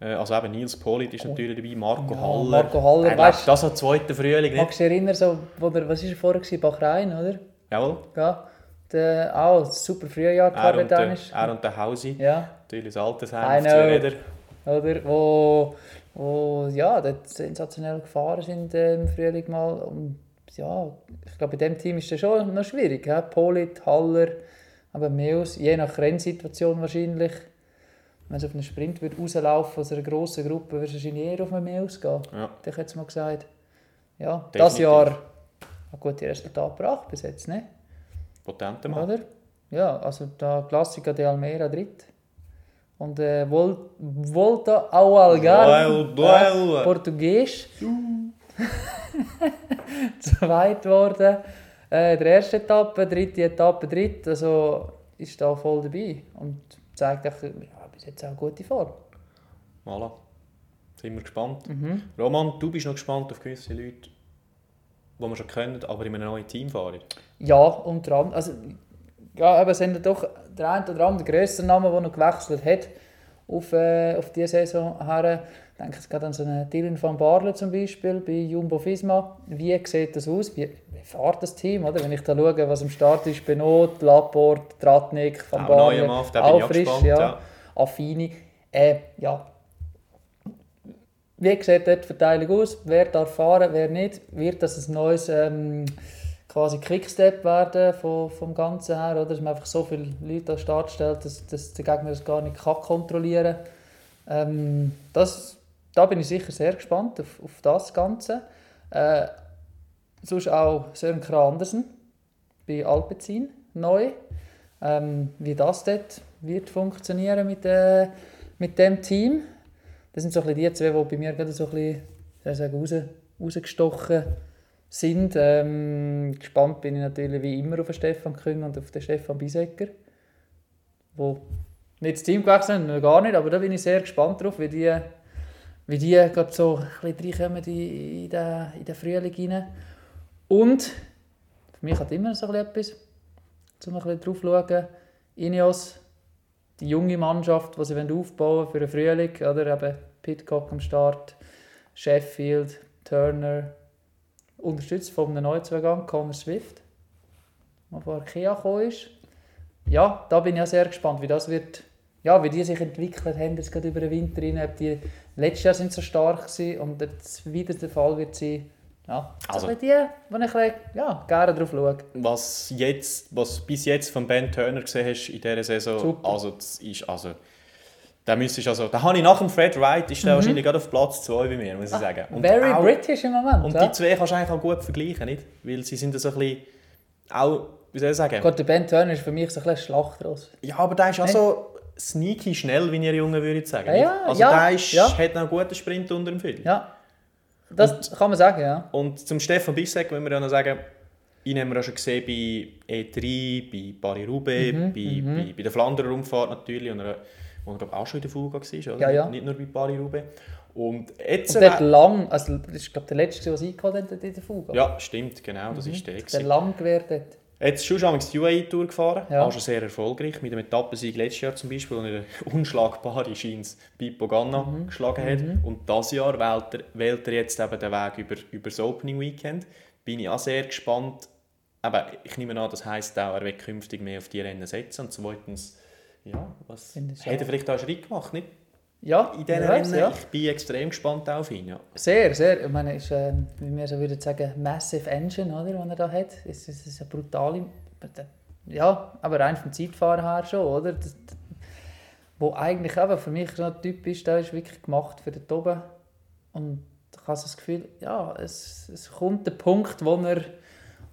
Speaker 2: Äh, Also eben Nils Polit ist natürlich dabei, Marco
Speaker 3: Oh. Ja,
Speaker 2: Haller.
Speaker 3: Marco Haller,
Speaker 2: er
Speaker 3: weißt-
Speaker 2: lebt das am zweiten Frühling, nicht?
Speaker 3: magst du dich erinnern, so, wo der, was war er vorher? gewesen? Bahrain, oder?
Speaker 2: Jawohl.
Speaker 3: Ja. Der, auch das super Frühjahr
Speaker 2: Er
Speaker 3: gehabt
Speaker 2: und,
Speaker 3: dann
Speaker 2: der,
Speaker 3: ist.
Speaker 2: er und der Hausi,
Speaker 3: Ja,
Speaker 2: natürlich das
Speaker 3: I
Speaker 2: Altersheim,
Speaker 3: know.
Speaker 2: auf zwei Räder.
Speaker 3: oder? Wo, wo ja, dort sensationell gefahren sind äh, im Frühling mal. Und, ja, ich glaube, in diesem Team ist das schon noch schwierig. Ja? Polit, Haller, aber Meus, je nach Rennsituation wahrscheinlich. Wenn es auf einen Sprint würde rauslaufen aus einer grossen Gruppe, würde es wahrscheinlich eher auf einen Meus gehen.
Speaker 2: Ja.
Speaker 3: hätte ich jetzt mal gesagt. Ja, das
Speaker 2: Definitiv.
Speaker 3: Jahr hat gute Resultate gebracht bis jetzt, ne?
Speaker 2: Potenter Mann.
Speaker 3: Oder? Ja, also da Klassiker de Almeida dritt. Und äh, Vol Volta ao Algarve.
Speaker 2: Duel, Duel.
Speaker 3: Äh, Portugies. Zweit geworden. Äh, in der ersten Etappe, dritte Etappe, dritt. Also ist da voll dabei. Und zeigt auch, ja, bis jetzt auch gute Form.
Speaker 2: Voilà. Sind wir gespannt.
Speaker 3: Mhm.
Speaker 2: Roman, du bist noch gespannt auf gewisse Leute, die wir schon kennen, aber in einem neuen Team fahren.
Speaker 3: Ja, unter anderem. Also, ja, aber es sind ja doch der ein oder andere grössere Name, der noch gewechselt hat auf, äh, auf diese Saison her. Ich denke jetzt gerade an so einen Dylan van Barle zum Beispiel bei Jumbo Visma. Wie sieht das aus? Wie, wie fährt das Team? Oder? Wenn ich da schaue, was am Start ist, Benot, Laporte, Tratnik, van
Speaker 2: Auch
Speaker 3: Barle,
Speaker 2: neuer Mann, auf den bin ich auch gespannt, ja.
Speaker 3: Affini. Äh, ja. Wie sieht dort die Verteilung aus? Wer darf fahren, wer nicht? Wird das ein neues ähm, quasi Quickstep werden vom, vom Ganzen her? Oder dass man einfach so viele Leute an den Start stellt, dass, dass der Gegner das gar nicht kann kontrollieren kann? Ähm, das, da bin ich sicher sehr gespannt auf, auf das Ganze. Äh, sonst auch Sören Kra Andersen bei Alpecin neu. Ähm, wie das dort wird funktionieren mit, äh, mit dem Team. Das sind so ein bisschen die zwei, die bei mir gerade so ein bisschen soll ich sagen, raus, rausgestochen sind. Ähm, gespannt bin ich natürlich wie immer auf den Stefan Küng und auf den Stefan Bisecker, wo nicht das Team gewechselt haben, gar nicht, aber da bin ich sehr gespannt drauf, wie die, wie die gerade so ein bisschen reinkommen in, in, den, in den Frühling rein. Und für mich hat immer so ein bisschen etwas, um ein bisschen drauf zu schauen, Ineos, die junge Mannschaft, die sie aufbauen wollen für den Frühling, oder eben Pitcock am Start, Sheffield, Turner, unterstützt von einem Neuzugang, Connor Swift, der von Arkea gekommen ist. Ja, da bin ich ja sehr gespannt, wie das wird, ja, wie die sich entwickelt haben, jetzt gerade über den Winter rein, ob die letztes Jahr sind so stark gewesen und ob das wieder der Fall wird sein. Ja,
Speaker 2: Also-
Speaker 3: also. so ein bisschen die, wo ich ein bisschen, ja, gerne drauf schaue.
Speaker 2: was jetzt, was bis jetzt von Ben Turner gesehen hast in dieser Saison,
Speaker 3: Super.
Speaker 2: also das ist also da müsstest also, da habe ich nach dem Fred Wright ist der wahrscheinlich gerade auf Platz 2 bei mir, muss ich sagen. Und
Speaker 3: Mhm. Ah, Very
Speaker 2: auch-
Speaker 3: British im Moment.
Speaker 2: Und
Speaker 3: ja.
Speaker 2: die zwei kannst du eigentlich auch gut vergleichen, nicht? Weil sie sind so ein bisschen auch, wie soll ich sagen?
Speaker 3: Gott, der Ben Turner ist für mich so ein bisschen Schlachtross.
Speaker 2: Ja, aber der ist auch
Speaker 3: Hey.
Speaker 2: so sneaky schnell, wie ihr Jungen würdet sagen.
Speaker 3: Ja,
Speaker 2: nicht?
Speaker 3: ja,
Speaker 2: also
Speaker 3: ja,
Speaker 2: der ist,
Speaker 3: ja.
Speaker 2: hat noch einen guten Sprint unter dem Feld.
Speaker 3: Ja, das kann man sagen, ja.
Speaker 2: Und zum Stefan Bissek müssen wir ja noch sagen, ihn haben wir auch schon gesehen bei E3, bei Paris-Roubaix,
Speaker 3: Mhm,
Speaker 2: bei, bei, bei der Flandern-Rundfahrt natürlich, und er, wo er glaub, auch schon in der Fuga war, oder?
Speaker 3: Ja, ja.
Speaker 2: Nicht nur bei Paris-Roubaix. Und jetzt... äh,
Speaker 3: Und dort lang, also das ist glaube der letzte, was ich hatte, dort in der Fuga.
Speaker 2: ja, stimmt, genau,
Speaker 3: Mhm.
Speaker 2: das ist der.
Speaker 3: Der
Speaker 2: gewesen.
Speaker 3: lang gewertet.
Speaker 2: Jetzt schon schon die UAE-Tour gefahren,
Speaker 3: Ja.
Speaker 2: auch schon sehr erfolgreich, mit dem Etappensieg letztes Jahr zum Beispiel, wo er den unschlagbare Scheins Pippo Ganna
Speaker 3: Mhm.
Speaker 2: geschlagen hat. Und dieses Jahr wählt er, wählt er jetzt eben den Weg über, über das Opening Weekend. Bin ich auch sehr gespannt. Aber ich nehme an, das heisst auch, er wird künftig mehr auf die Rennen setzen. Und zweitens, ja, was
Speaker 3: Finde ich
Speaker 2: hat er
Speaker 3: auch.
Speaker 2: vielleicht auch einen Schritt gemacht, nicht?
Speaker 3: Ja,
Speaker 2: In diesen
Speaker 3: wer weiß,
Speaker 2: Rennen,
Speaker 3: ja.
Speaker 2: ich bin extrem gespannt auf ihn, ja.
Speaker 3: Sehr, sehr. Ich meine, ist, ähm, wie wir so würden sagen, Massive Engine, oder, den er da hat. Es ist, es ist eine brutale... Ja, aber rein vom Zeitfahren her schon, oder? Das, das- wo eigentlich eben für mich so typisch, der ist wirklich gemacht für den Toben. Und ich habe so das Gefühl, ja, es, es kommt der Punkt, wo er,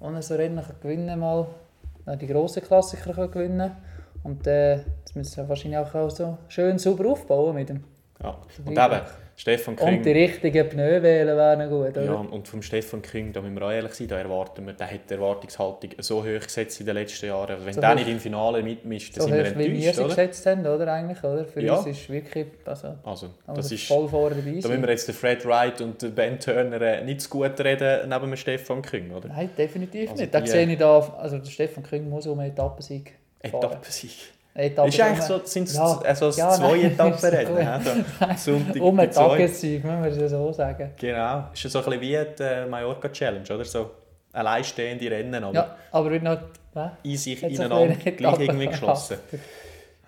Speaker 3: wo er so Rennen kann gewinnen kann, mal noch die grossen Klassiker kann gewinnen Und äh, das müssen wir wahrscheinlich auch, auch so schön sauber aufbauen mit ihm.
Speaker 2: ja. Und eben, Stefan Küng...
Speaker 3: Und die richtigen Pneu wählen wäre noch gut, oder?
Speaker 2: Ja, und vom Stefan Küng, da müssen wir auch ehrlich sein, da erwarten wir, der hat die Erwartungshaltung so hoch gesetzt in den letzten Jahren. Wenn
Speaker 3: So
Speaker 2: der
Speaker 3: hoch-
Speaker 2: nicht im Finale mitmischt, dann
Speaker 3: so
Speaker 2: sind wir
Speaker 3: hoch, wie wir
Speaker 2: enttäuscht,
Speaker 3: sie
Speaker 2: oder?
Speaker 3: geschätzt haben, oder? Eigentlich, oder? Für
Speaker 2: Ja.
Speaker 3: uns ist wirklich also,
Speaker 2: Also,
Speaker 3: also
Speaker 2: das ist,
Speaker 3: voll vorne dabei.
Speaker 2: da
Speaker 3: sein.
Speaker 2: müssen wir jetzt den Fred Wright und den Ben Turner äh, nicht zu gut reden neben dem Stefan Küng, oder?
Speaker 3: Nein, definitiv
Speaker 2: Also
Speaker 3: nicht. Da
Speaker 2: die-
Speaker 3: sehe ich da, also der Stefan Küng muss um eine Etappensieg fahren.
Speaker 2: Etappensieg.
Speaker 3: Etappen
Speaker 2: ist eigentlich so, sind es
Speaker 3: Ja.
Speaker 2: also
Speaker 3: Ja,
Speaker 2: zwei
Speaker 3: nein, ist
Speaker 2: Etappen
Speaker 3: doch
Speaker 2: reden.
Speaker 3: gut.
Speaker 2: Also, Sonntag
Speaker 3: um
Speaker 2: die
Speaker 3: einen
Speaker 2: zwei.
Speaker 3: Tagessieg, müssen wir es so sagen.
Speaker 2: Genau. Ist ja so ein bisschen wie die äh, Mallorca Challenge, oder? So alleinstehende Rennen, aber
Speaker 3: Ja, aber wird noch... Ja,
Speaker 2: in sich
Speaker 3: Jetzt so
Speaker 2: ineinander
Speaker 3: viele
Speaker 2: gleich
Speaker 3: Etappen.
Speaker 2: irgendwie geschlossen.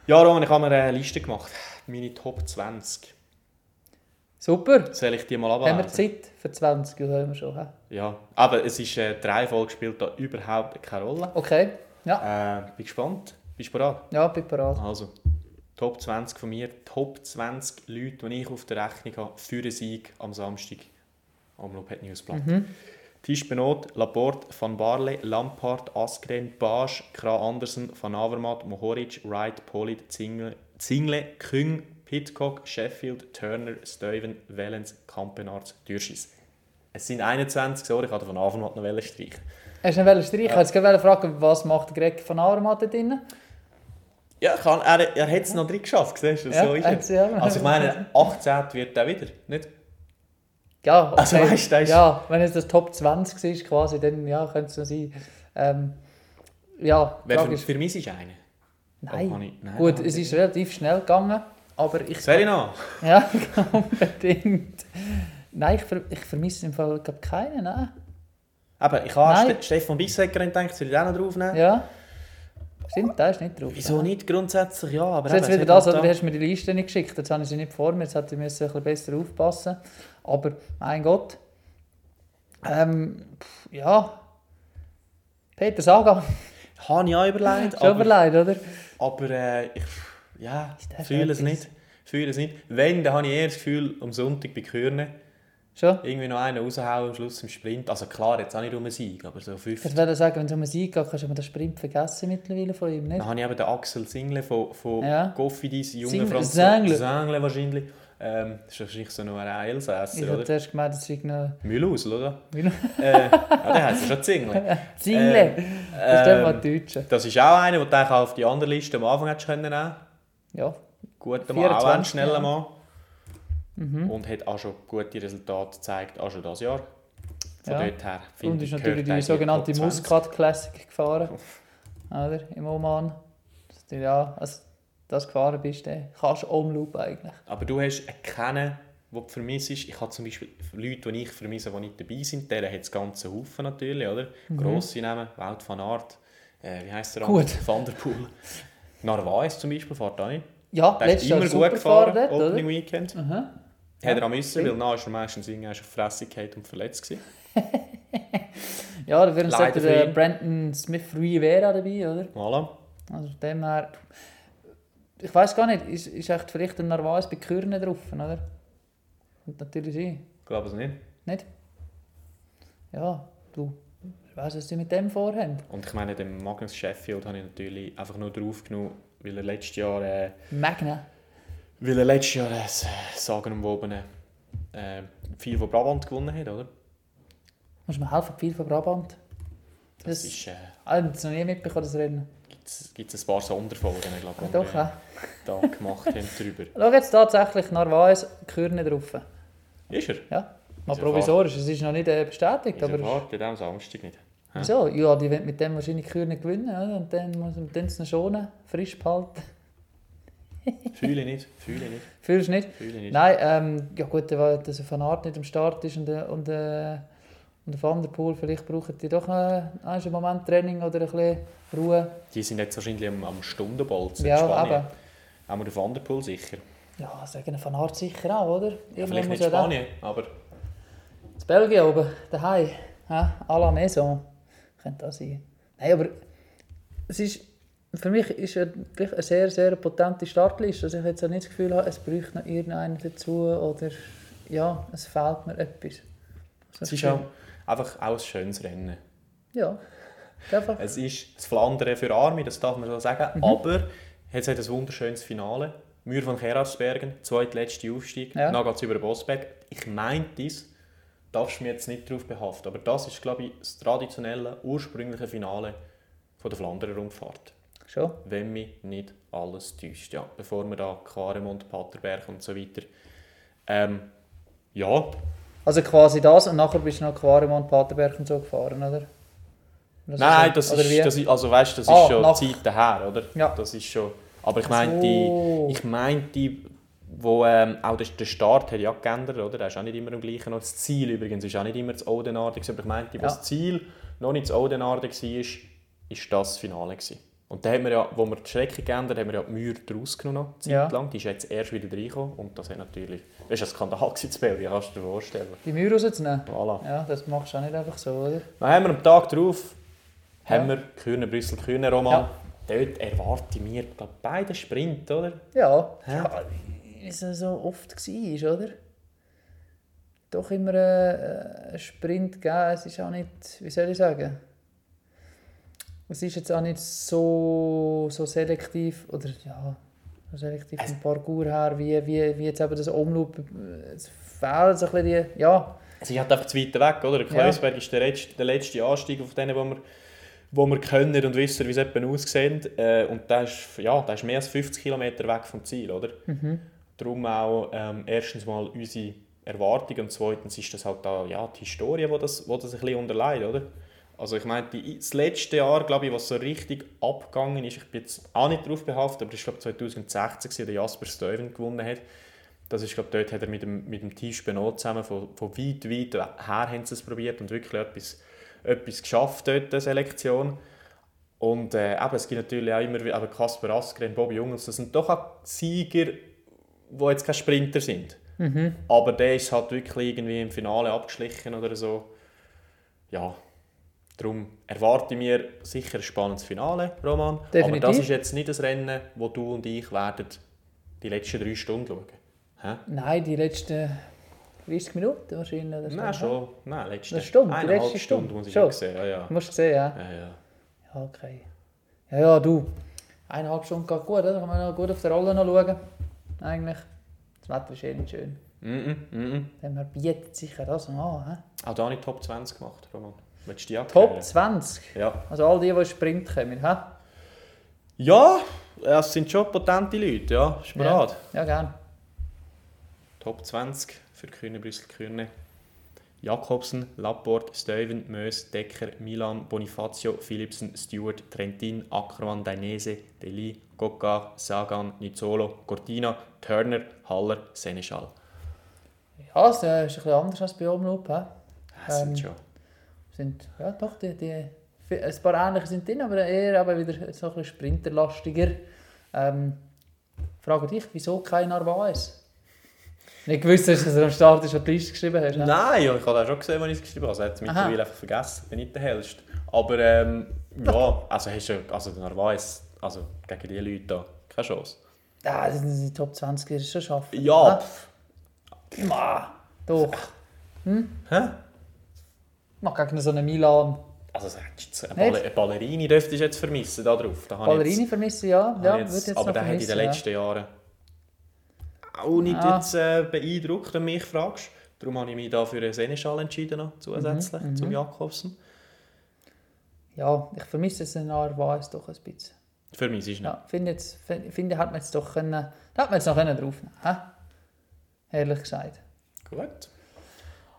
Speaker 2: Ja, Roman, ich habe mir eine Liste gemacht. Meine Top 20.
Speaker 3: Super,
Speaker 2: Soll ich die mal
Speaker 3: haben wir
Speaker 2: ablesen?
Speaker 3: Zeit für 20, das haben wir schon. hä?
Speaker 2: Ja. Aber es ist äh, drei Folgen spielt da überhaupt keine Rolle.
Speaker 3: Okay, ja,
Speaker 2: Äh, bin gespannt. Bist du bereit?
Speaker 3: ja, bin bereit.
Speaker 2: Also, Top 20 von mir. Top 20 Leute, die ich auf der Rechnung habe für einen Sieg am Samstag am Lopet Newsblatt. Tisch Benot, Laporte, Van Barle, Lampard, Askren, Bage, Kra Andersen, Van Avermaet, Mohoric, Wright, Polit, Zingle, Zingle, Küng, Pitcock, Sheffield, Turner, Steuven, Wellens, Kampenarz, Dürschis. Es sind 21, sorry, ich hatte Van Avermaet noch streichen.
Speaker 3: Hast du noch welchen Streich? Ich wollte jetzt gerade fragen, was macht Greg von Armat da drinnen?
Speaker 2: Ja, kann, er, er hat es noch drin geschafft, siehst du,
Speaker 3: Ja,
Speaker 2: so ist
Speaker 3: hat's,
Speaker 2: es.
Speaker 3: ja.
Speaker 2: Also ich meine, 18 wird er wieder, nicht?
Speaker 3: Ja, okay.
Speaker 2: Also weißt du, da ist-
Speaker 3: ja, wenn es das Top 20 ist, quasi, dann ja, könnte es so sein. Ähm, ja, die
Speaker 2: Wer
Speaker 3: Frage
Speaker 2: für,
Speaker 3: ist,
Speaker 2: für mich ist einer.
Speaker 3: nein.
Speaker 2: Oh, Hanni, nein,
Speaker 3: Gut,
Speaker 2: nein,
Speaker 3: es ist relativ schnell gegangen, aber ich...
Speaker 2: Das wäre ich noch.
Speaker 3: Ja, unbedingt. Nein, ich, ver ich vermisse im Fall glaub, keinen, nein.
Speaker 2: Aber ich habe
Speaker 3: Nein.
Speaker 2: Ste Stefan Bissecker gedacht, soll ich den noch draufnehmen?
Speaker 3: Ja. Stimmt, der ist nicht drauf.
Speaker 2: Wieso nicht? Grundsätzlich ja, aber...
Speaker 3: Das ist jetzt
Speaker 2: eben,
Speaker 3: wieder
Speaker 2: es
Speaker 3: das,
Speaker 2: hat
Speaker 3: oder? Du
Speaker 2: da-
Speaker 3: hast mir die Liste nicht geschickt, jetzt habe ich sie nicht vor mir, jetzt hätte ich müssen ein bisschen besser aufpassen Aber mein Gott. Ähm, pff, ja. Peter Sagan,
Speaker 2: Habe ich auch überlegt,
Speaker 3: schon
Speaker 2: aber,
Speaker 3: überlegt, oder?
Speaker 2: aber äh, ich ja,
Speaker 3: Ist das
Speaker 2: fühle es
Speaker 3: etwas?
Speaker 2: nicht. Fühle es nicht. Wenn, dann habe ich eher das Gefühl, am Sonntag bei Kürnen
Speaker 3: Schon?
Speaker 2: irgendwie noch einen raushauen am Schluss im Sprint. Also klar, jetzt auch nicht um einen Sieg, aber so fünf.
Speaker 3: Ich würde sagen, wenn es um einen Sieg geht, kannst du immer den Sprint vergessen mittlerweile von ihm, nicht?
Speaker 2: Dann habe ich eben den Axel Single von, von
Speaker 3: Ja.
Speaker 2: Goffidis, jungen
Speaker 3: Single-
Speaker 2: Franzosen.
Speaker 3: Single.
Speaker 2: Single wahrscheinlich. Ähm, das ist wahrscheinlich so noch ein Elsässer,
Speaker 3: ich habe
Speaker 2: oder?
Speaker 3: zuerst gemeint, das sei noch...
Speaker 2: Müllhausel, oder?
Speaker 3: Müll-
Speaker 2: äh, ja, der heisst ja schon Single.
Speaker 3: Zingle! das ist der mal
Speaker 2: Ähm,
Speaker 3: Deutsche.
Speaker 2: das ist auch einer, den du eigentlich auch auf die andere Liste am Anfang hättest können nehmen können.
Speaker 3: Ja.
Speaker 2: Guter Mann, auch ein
Speaker 3: 24,
Speaker 2: schneller
Speaker 3: ja. Mhm.
Speaker 2: Mann. Und hat auch schon gute Resultate gezeigt, auch schon dieses Jahr. Von
Speaker 3: Ja.
Speaker 2: dort her
Speaker 3: Und
Speaker 2: finde
Speaker 3: ist
Speaker 2: ich,
Speaker 3: natürlich
Speaker 2: gehört er in
Speaker 3: die sogenannte
Speaker 2: Top 20.
Speaker 3: Muscat Classic gefahren. oder? Im Oman. Das ist natürlich auch- also, das gefahren bist, dann kannst du Umlaub eigentlich.
Speaker 2: Aber du hast keinen, den du vermisst. Ich habe zum Beispiel Leute, die ich vermisse, die nicht dabei sind. Deren hat es ganze Haufen natürlich, oder?
Speaker 3: Mhm.
Speaker 2: Grosse Namen, Wout van Aert, äh, wie heisst der
Speaker 3: Gut.
Speaker 2: andere? Van der Poel. Narvaez zum Beispiel fährt auch nicht.
Speaker 3: Ja,
Speaker 2: Der ist
Speaker 3: letztes Jahr
Speaker 2: immer
Speaker 3: super
Speaker 2: gut gefahren,
Speaker 3: gefahren, dort, oder?
Speaker 2: Opening Weekend.
Speaker 3: Aha.
Speaker 2: Hätte er auch müssen, weil nachher ist er meistens irgendwie schon Fressigkeit und verletzt gewesen.
Speaker 3: Ja, da wäre
Speaker 2: Leider
Speaker 3: jetzt
Speaker 2: für
Speaker 3: der
Speaker 2: ihn.
Speaker 3: Brandon Smith Rivera dabei, oder?
Speaker 2: Voilà.
Speaker 3: Also von dem her. Ich weiß gar nicht, ist, ist echt vielleicht ein Narvaez bei Kürnen drauf, oder? Könnte natürlich sein.
Speaker 2: Ich glaube es nicht.
Speaker 3: Nicht? Ja, du. Ich weiß, was sie mit dem vorhaben.
Speaker 2: Und ich meine, den Magnus Sheffield habe ich natürlich einfach nur draufgenommen, weil er letztes Jahr... Äh,
Speaker 3: Magna.
Speaker 2: Weil er letztes Jahr ein sagenumwobene äh, viel von Brabant gewonnen hat, oder?
Speaker 3: Muss mir helfen, viel von Brabant.
Speaker 2: Das,
Speaker 3: Das-
Speaker 2: ist... Äh,
Speaker 3: Ah, ich habe das noch nie mitbekommen, das Rennen.
Speaker 2: Gibt es ein paar Sonderfolgen, glaube ich,
Speaker 3: Ja, doch,
Speaker 2: die wir
Speaker 3: ja.
Speaker 2: da gemacht haben drüber.
Speaker 3: Schau jetzt tatsächlich Narvaez Kürnen drauf.
Speaker 2: Ist er?
Speaker 3: Ja, mal
Speaker 2: Ist ja
Speaker 3: provisorisch. Es ist noch nicht äh, bestätigt,
Speaker 2: Ist er
Speaker 3: aber
Speaker 2: fahrt, am Samstag nicht.
Speaker 3: wieso? Ja, die wollen mit dem wahrscheinlich Kühe nicht gewinnen oder? und dann muss man den noch schonen, frisch behalten.
Speaker 2: Fühle nicht, fühle nicht,
Speaker 3: Fühlst du nicht?
Speaker 2: fühle nicht.
Speaker 3: Nein, ähm, ja gut, weil dass ein Fanart nicht am Start ist und, äh, und, äh, und der Van der Poel, vielleicht brauchen die doch noch einen Moment Training oder ein bisschen Ruhe.
Speaker 2: Die sind jetzt wahrscheinlich am, am Stundenbolzen in
Speaker 3: ja,
Speaker 2: Spanien.
Speaker 3: eben.
Speaker 2: Haben wir den Van der Poel sicher.
Speaker 3: Ja, sagen ein Fanart sicher auch, oder?
Speaker 2: Ja,
Speaker 3: Irgendwann
Speaker 2: vielleicht
Speaker 3: muss
Speaker 2: nicht
Speaker 3: ja der-
Speaker 2: Spanien, aber
Speaker 3: In Belgien oben, daheim, ja, à la Maison, könnte das sein. Nein, aber es ist, für mich ist er wirklich eine sehr, sehr potente Startliste. Also ich jetzt auch nicht das Gefühl habe, es bräuchte noch irgendeinen dazu oder ja, es fehlt mir etwas. Also
Speaker 2: es ist
Speaker 3: schön.
Speaker 2: auch einfach auch ein schönes Rennen.
Speaker 3: Ja, einfach.
Speaker 2: Es ist das Flandern für Arme, das darf man so sagen. Aber es hat ein wunderschönes Finale. Mühr von Gerardsbergen, zweitletzte Aufstieg,
Speaker 3: Ja.
Speaker 2: dann geht es über den Bosberg. Ich meinte es, darfst du mich jetzt nicht darauf behaften, aber das ist, glaube ich, das traditionelle, ursprüngliche Finale von der Flanderer Rundfahrt.
Speaker 3: Schon.
Speaker 2: Wenn mich nicht alles täuscht, ja. Bevor wir da Quaremont, Paterberg und so weiter. Ähm, ja,
Speaker 3: Also quasi das und nachher bist du noch Quaremont, Paterberg und so gefahren, oder?
Speaker 2: nein,
Speaker 3: Das
Speaker 2: nein, das
Speaker 3: oder wie?
Speaker 2: ist, das ist, also weißt, das
Speaker 3: Ah,
Speaker 2: ist schon
Speaker 3: nach-
Speaker 2: Zeiten her, oder?
Speaker 3: Ja. Oh.
Speaker 2: Das ist schon. Aber ich meine,
Speaker 3: so.
Speaker 2: die, ich meine, die, wo ähm, auch der, der Start hat ja geändert, oder? Der ist auch nicht immer am gleichen Ort. Das Ziel übrigens ist auch nicht immer das Odenarde, gewesen, aber ich meine, die, wo
Speaker 3: Ja.
Speaker 2: das Ziel noch nicht das Odenarde war, ist, ist das das Finale gewesen. Und da haben wir ja, wo wir die Strecke geändert haben, haben wir ja die Mühe draus genommen, eine Zeit
Speaker 3: Ja.
Speaker 2: lang. Die ist jetzt erst wieder reingekommen und das hat natürlich, das war ein Skandal gewesen zu Belgien, kannst du dir vorstellen.
Speaker 3: Die Mühe rauszunehmen.
Speaker 2: Voilà.
Speaker 3: Ja, das machst du auch nicht einfach so, oder?
Speaker 2: Dann haben wir am Tag darauf
Speaker 3: Ja.
Speaker 2: haben wir Kühne Brüssel Kühne Roman.
Speaker 3: Ja.
Speaker 2: Dort erwarte ich mir glaub, beide Sprint, oder?
Speaker 3: Ja,
Speaker 2: Hä?
Speaker 3: ja wie es so oft war, oder? Doch immer äh, einen Sprint gegeben. Es ist auch nicht, wie soll ich sagen? Es ist jetzt auch nicht so, so selektiv oder ja, so selektiv vom Parcours her, wie, wie, wie jetzt eben das Umlauf. Es fehlen so ein bisschen die, ja,
Speaker 2: Es ist halt einfach zu weit weg, oder? Der Kleisberg ist der letzte, der letzte Anstieg auf denen, wo wir, wo wir können und wissen, wie es eben aussehen. Äh, und der ist, ja, der ist mehr als 50 Kilometer weg vom Ziel, oder? Darum auch ähm, erstens mal unsere Erwartungen und zweitens ist das halt da, ja, die Historie, die das, wo das ein bisschen unterleidet, oder? Also ich meine, die, das letzte Jahr, glaube ich, was so richtig abgegangen ist, ich bin jetzt auch nicht drauf behaftet, aber ich glaube 2016, gewesen, der Jasper Stuyven gewonnen hat. Das ist, glaube dort hat er mit dem, mit dem Team Spenot zusammen von, von weit, weit her haben sie es probiert und wirklich etwas, etwas geschafft dort, die Selektion. Und äh, eben, es gibt natürlich auch immer wieder aber Kasper Askren, Bobby Jungels, das sind doch auch Sieger, die jetzt keine Sprinter sind. Aber der ist halt wirklich irgendwie im Finale abgeschlichen oder so. Ja, darum erwarte ich mir sicher ein spannendes Finale, Roman.
Speaker 3: Definitiv.
Speaker 2: Aber das ist jetzt nicht das Rennen, wo du und ich werden die letzten drei Stunden schauen. Hä?
Speaker 3: nein, die letzten 30 Minuten wahrscheinlich. Oder so.
Speaker 2: Nein, schon. Nein, letzte.
Speaker 3: Eine Stunde, die
Speaker 2: Eineinhalb
Speaker 3: letzte
Speaker 2: Stunde,
Speaker 3: Stunde.
Speaker 2: muss ich
Speaker 3: Schon.
Speaker 2: schon sehen. Ja, ja.
Speaker 3: Du musst sehen, ja.
Speaker 2: ja, ja.
Speaker 3: Ja, okay. Ja, ja, du. Eineinhalb Stunden geht gut, oder? Kann man noch gut auf die Rolle noch schauen. Eigentlich. Das Wetter ist eh nicht schön.
Speaker 2: Mm -mm, mm -mm.
Speaker 3: Dann man bietet sich ja das noch an. hä?
Speaker 2: Auch da nicht Top 20 gemacht, Roman. Willst du die
Speaker 3: Top
Speaker 2: abklären?
Speaker 3: 20.
Speaker 2: Ja.
Speaker 3: Also all die, die in Sprint kommen. hä?
Speaker 2: Ja, das sind schon potente Leute, ja. Ist bereit.
Speaker 3: Ja, gerne.
Speaker 2: Top 20 für Kühne, Brüssel, Kühne. Jakobsen, Laporte, Stuyven, Mös, Decker, Milan, Bonifacio, Philipsen, Stewart, Trentin, Ackermann, Dainese, Deli, Coca, Sagan, Nizzolo, Cortina, Turner, Haller, Seneschal.
Speaker 3: Ja, es äh, ist ein bisschen anders als bei Omloop. hä?
Speaker 2: Das
Speaker 3: Ähm,
Speaker 2: sind schon.
Speaker 3: Sind, ja, doch, die, die, vi- ein paar ähnliche sind drin, aber eher aber wieder so ein bisschen sprinterlastiger. Ähm, frage dich, wieso kein Narvaez? Nicht gewusst hast, dass er am Start ist, was du die Liste geschrieben hast. hä?
Speaker 2: Nein, ja, ich habe auch schon gesehen, als ich es geschrieben habe. Also, er hat es mittlerweile einfach vergessen, wenn nicht der hellste. Aber ähm, ja, also hast du also der Narvaez, also gegen die Leute da, keine Chance.
Speaker 3: Ah, das sind die Top 20 wirst du schon schaffen.
Speaker 2: Ja, pff,
Speaker 3: Ah, ma, doch.
Speaker 2: hä?
Speaker 3: Mal gegen so einen Milan.
Speaker 2: Also das hättest du jetzt-
Speaker 3: Nicht?
Speaker 2: eine, Balle, eine Ballerini dürftest du jetzt vermissen da drauf. Da habe ich
Speaker 3: Ballerini
Speaker 2: jetzt-
Speaker 3: vermisse ich, ja. ja
Speaker 2: habe ich
Speaker 3: würde
Speaker 2: jetzt,
Speaker 3: jetzt
Speaker 2: aber
Speaker 3: noch
Speaker 2: der hat in den
Speaker 3: vermissen, ja.
Speaker 2: letzten Jahren auch nicht
Speaker 3: Ah.
Speaker 2: jetzt, äh, beeindruckt, wenn du mich fragst. Darum habe ich mich da für einen Seneschal entschieden, noch, zusätzlich
Speaker 3: Mhm,
Speaker 2: zum Jakobsen.
Speaker 3: Ja, ich vermisse es in Narvaez doch ein bisschen.
Speaker 2: Für mich ist es nicht.
Speaker 3: Ja, finde jetzt, finde, finde, hat man jetzt doch können, da hat man jetzt noch können draufnehmen, hä? Ehrlich gesagt.
Speaker 2: Gut.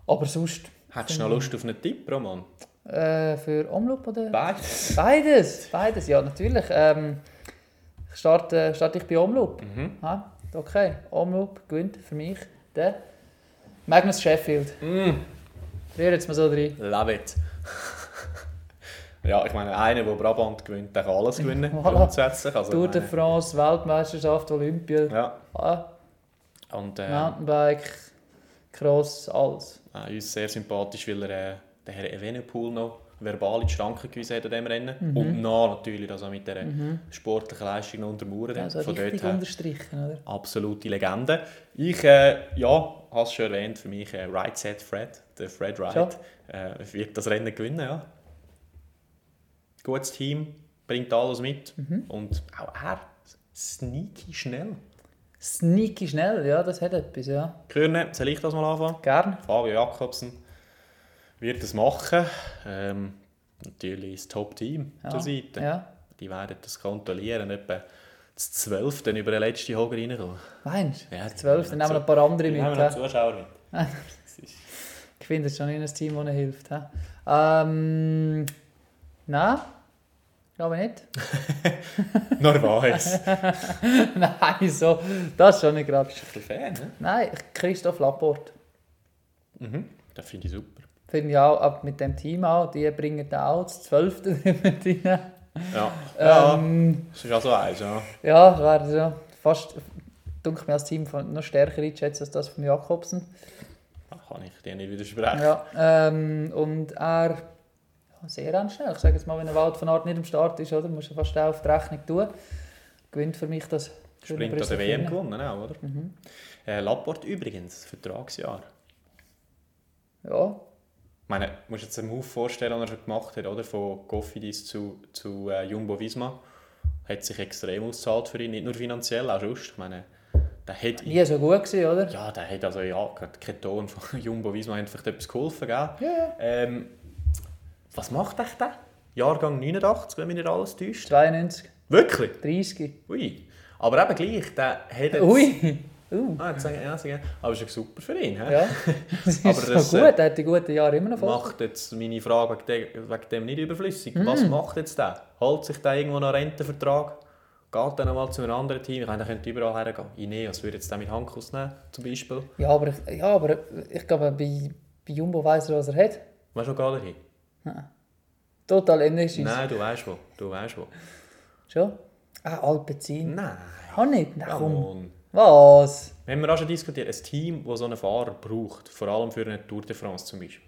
Speaker 3: Aber sonst
Speaker 2: Hättest du noch Lust auf einen Tipp, Roman?
Speaker 3: äh, für Omloop oder?
Speaker 2: Beides.
Speaker 3: Beides, beides, ja, natürlich. Ähm, ich starte, starte ich bei Omloop.
Speaker 2: Mhm.
Speaker 3: Ha? Okay, Omloop gewinnt für mich der Magnus Sheffield.
Speaker 2: Mm,
Speaker 3: Früher jetzt mal so drin.
Speaker 2: love it. ja, ich meine, einer, der Brabant gewinnt, der kann alles gewinnen.
Speaker 3: Voilà.
Speaker 2: Grundsätzlich. Also,
Speaker 3: Oh, Tour de
Speaker 2: ich
Speaker 3: France, Weltmeisterschaft, Olympia,
Speaker 2: meine, Ja.
Speaker 3: ah,
Speaker 2: Und äh,
Speaker 3: Mountainbike, Cross, alles.
Speaker 2: Äh, uns sehr sympathisch, weil er äh, den Herrn Evenepoel noch verbal in die Schranken gewiesen hat an diesem Rennen.
Speaker 3: Mhm.
Speaker 2: Und nah natürlich, dass er mit dieser sportlichen Leistung noch untermauert hat.
Speaker 3: Also
Speaker 2: Von dort
Speaker 3: richtig
Speaker 2: her
Speaker 3: unterstrichen, oder?
Speaker 2: absolute Legende. Ich, äh, ja, hast schon erwähnt, für mich äh, Right Set Fred, der Fred Wright, äh, wird das Rennen gewinnen. Ja. Gutes Team, bringt alles mit.
Speaker 3: Mhm.
Speaker 2: Und auch er, sneaky schnell.
Speaker 3: Sneaky schnell, ja, das hat etwas, ja.
Speaker 2: Körner, soll ich das mal anfangen?
Speaker 3: Gern.
Speaker 2: Fabio Jakobsen wird das machen. Ähm, natürlich ist Top-Team
Speaker 3: Ja.
Speaker 2: zur Seite.
Speaker 3: Ja.
Speaker 2: Die werden das kontrollieren, etwa das Zwölfte über den letzten Hoger reinkommen.
Speaker 3: Meinst du?
Speaker 2: Ja, die
Speaker 3: Zwölf, dann
Speaker 2: nehmen
Speaker 3: nehmen wir
Speaker 2: zu-
Speaker 3: ein paar andere
Speaker 2: Die
Speaker 3: mit.
Speaker 2: haben
Speaker 3: hä?
Speaker 2: noch Zuschauer mit.
Speaker 3: Ah.
Speaker 2: Das ist-
Speaker 3: Ich finde es ist schon in ein Team, das ihnen hilft. hä? Ähm, nein, glaube nicht.
Speaker 2: Nur weiß. Ein
Speaker 3: Nein, so, das ist schon nicht gerade.
Speaker 2: bisschen Fan, ne?
Speaker 3: Nein, Christoph Laporte.
Speaker 2: Mhm. Das finde ich super.
Speaker 3: Finde ich auch, ab mit dem Team auch, die bringen da auch das Zwölfte mit rein.
Speaker 2: Ja, Ehm. ja
Speaker 3: Ähm,
Speaker 2: das ist auch so eins. Ja.
Speaker 3: ja, das wäre so fast, dunkel mir als Team von- noch stärker einschätzen als das von Jakobsen.
Speaker 2: Da kann ich dir nicht widersprechen.
Speaker 3: Ja, ähm, und er ja, sehr anschnell. Ich sage jetzt mal, wenn ein Wald von Art nicht am Start ist, oder, musst du fast auch auf die Rechnung tun. Gewinnt für mich das.
Speaker 2: Sprint an der WM gewonnen, auch, oder? Äh, Laporte übrigens, Vertragsjahr.
Speaker 3: Ja,
Speaker 2: Ich meine, du musst jetzt einen Move vorstellen, den er schon gemacht hat, oder? Von Cofidis zu, zu äh, Jumbo Visma. Hat sich extrem ausgezahlt für ihn, nicht nur finanziell, auch sonst. Ich meine, der hat ihn,
Speaker 3: nie so gut gewesen, oder?
Speaker 2: ja, der hat also ja, gerade kein Ton von Jumbo Visma hat einfach etwas geholfen, gell?
Speaker 3: Ja, ja.
Speaker 2: Ähm, was macht echt der? Jahrgang 89, wenn mich nicht alles täuscht.
Speaker 3: 92,
Speaker 2: Wirklich?
Speaker 3: 30.
Speaker 2: Ui. Aber eben gleich, der hat jetzt...
Speaker 3: Ui! Uh,
Speaker 2: Ah, jetzt sage ich, ja, sage ich, aber ist ja super für ihn, hä?
Speaker 3: ja. Das ist
Speaker 2: Aber
Speaker 3: so
Speaker 2: das, äh,
Speaker 3: gut, er hat die guten Jahre immer noch vor.
Speaker 2: macht jetzt meine Frage wegen dem, wegen dem nicht überflüssig.
Speaker 3: Mhm.
Speaker 2: Was macht jetzt der? Holt sich der irgendwo noch einen Rentenvertrag? Geht dann einmal zu einem anderen Team? Ich meine, der könnte überall hergehen. Ineos würde jetzt den mit Handkuss nehmen, zum Beispiel.
Speaker 3: Ja, aber ich, ja, aber ich glaube, bei, bei Jumbo weiß er, was er hat.
Speaker 2: Weißt du, wo geht er hin?
Speaker 3: Total ähnlich ist
Speaker 2: Nein, du weißt wo. Du weißt wo.
Speaker 3: Schon? Ah, Alpecin.
Speaker 2: Nein.
Speaker 3: Auch nicht? Nein, komm.
Speaker 2: Ramon.
Speaker 3: Was?
Speaker 2: Wir haben wir auch schon diskutiert. Ein Team, das so einen Fahrer braucht, vor allem für eine Tour de France zum Beispiel.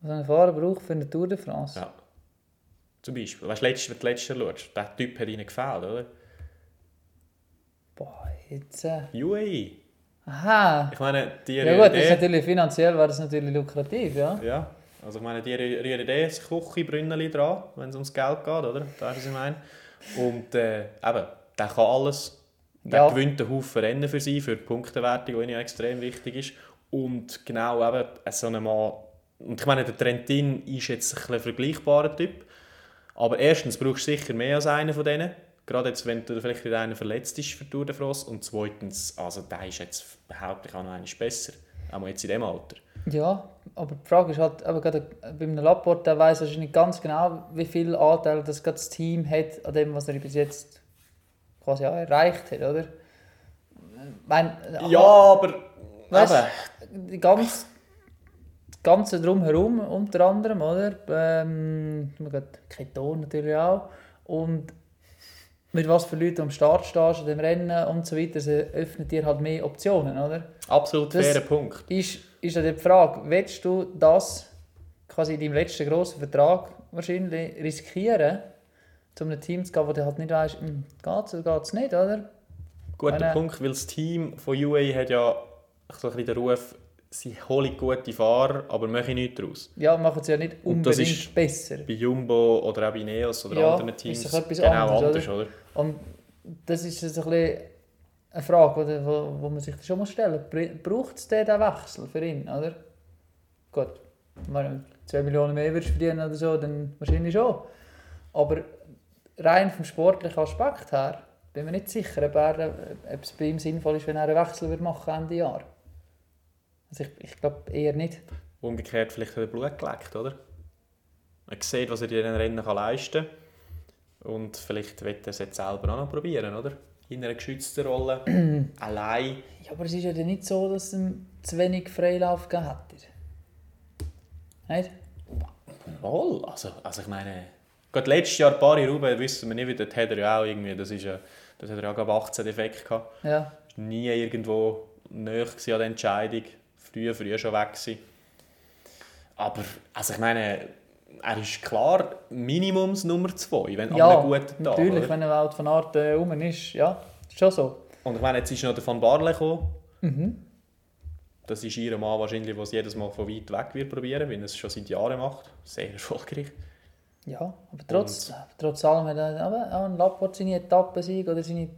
Speaker 3: Was ein Fahrer braucht für eine Tour de France.
Speaker 2: Ja. Zum Beispiel. Weißt du, letztes- wenn du letztes Jahr schaust, der Typ hat ihnen gefällt, oder?
Speaker 3: Boah, jetzt. Äh.
Speaker 2: UAE.
Speaker 3: Aha.
Speaker 2: E. Ich meine, die
Speaker 3: Ja gut, das ist
Speaker 2: Idee-
Speaker 3: natürlich finanziell wäre das natürlich lukrativ, ja.
Speaker 2: Ja, also ich meine, die rü- rühren eh das Küchenbrünneli dran, wenn es ums Geld geht, oder? Weißt du, was ich meine? Und äh, eben, der kann alles. Der
Speaker 3: Ja.
Speaker 2: gewinnt einen Haufen Rennen für sie, für die Punktewertung, die ihnen extrem wichtig ist. Und genau eben so einen Mann... Und ich meine, der Trentin ist jetzt ein bisschen ein vergleichbarer Typ. Aber erstens brauchst du sicher mehr als einen von denen. Gerade jetzt, wenn du vielleicht wieder einer verletzt ist für Tour de France. Und zweitens, also der ist jetzt, behaupte ich, auch noch einer besser. Auch jetzt in dem Alter.
Speaker 3: Ja, aber die Frage ist halt, aber gerade bei einem Laporte, der weiß wahrscheinlich ganz genau, wie viel Anteil das, gerade das Team hat an dem, was er bis jetzt quasi auch erreicht hat, oder? Äh, Ich meine,
Speaker 2: Ja, aber...
Speaker 3: Weißt,
Speaker 2: eben.
Speaker 3: die ganz, das Ganze drumherum unter anderem, oder? Ähm, man geht Keton natürlich auch. Und mit was für Leuten du am Start stehst, an dem Rennen und so weiter, es öffnet dir halt mehr Optionen, oder?
Speaker 2: Absolut
Speaker 3: Das-
Speaker 2: fairer Punkt.
Speaker 3: Ist, ist dann die Frage, willst du das quasi in deinem letzten grossen Vertrag wahrscheinlich riskieren, zu einem Team zu gehen, wo du halt nicht weißt, geht es oder geht es nicht, oder?
Speaker 2: Guter
Speaker 3: Meine-
Speaker 2: Punkt, weil das Team von UAE hat ja so ein bisschen den Ruf, sie holen gute Fahrer, aber machen nichts daraus.
Speaker 3: Ja, machen es ja nicht
Speaker 2: Und
Speaker 3: unbedingt
Speaker 2: das ist-
Speaker 3: besser.
Speaker 2: Bei Jumbo oder auch bei Ineos oder
Speaker 3: Ja,
Speaker 2: anderen
Speaker 3: ist
Speaker 2: Teams
Speaker 3: doch etwas
Speaker 2: genau anders,
Speaker 3: anderes,
Speaker 2: oder?
Speaker 3: Und das ist jetzt ein bisschen eine Frage, die wo, wo man sich schon muss stellen muss. Braucht es den Wechsel für ihn, oder? Gut, wenn du 2 Millionen mehr würdest verdienen oder so, dann wahrscheinlich schon. Aber rein vom sportlichen Aspekt her bin mir nicht sicher, ob, er, ob es bei ihm sinnvoll ist, wenn er einen Wechsel würde machen Ende Jahr. Also ich ich glaube eher nicht.
Speaker 2: Umgekehrt vielleicht hat er Blut geleckt, oder? Er sieht, was er in diesen Rennen kann leisten kann. Und vielleicht wird er es jetzt selber auch noch probieren, oder? In einer geschützten Rolle, allein.
Speaker 3: Ja, aber es ist ja dann nicht so, dass ihm zu wenig Freilauf gegeben hat. Nicht?
Speaker 2: Wohl, also, also ich meine... Gerade letztes Jahr Paris Roubaix wissen wir nicht, wie dort hat er ja auch irgendwie... Das ist ja... Dort hat er ja gerade 18 Defekt gehabt.
Speaker 3: Ja.
Speaker 2: Ist nie irgendwo näher gewesen an der Entscheidung. Früher, früher schon weg gewesen. Aber, also ich meine... Er ist klar Minimums Nummer 2, wenn
Speaker 3: ja,
Speaker 2: an einem guten Tag.
Speaker 3: natürlich,
Speaker 2: oder?
Speaker 3: wenn er Welt von Art äh, rum ist. Ja, ist schon so.
Speaker 2: Und ich meine, jetzt ist noch der Van Barle gekommen.
Speaker 3: Mhm.
Speaker 2: Das ist ihr Mann wahrscheinlich, der es jedes Mal von weit weg wird probieren, weil er es schon seit Jahren macht. Sehr erfolgreich.
Speaker 3: Ja, aber trotz, trotz allem hat er aber auch ein Lapport seine Etappensieg oder seine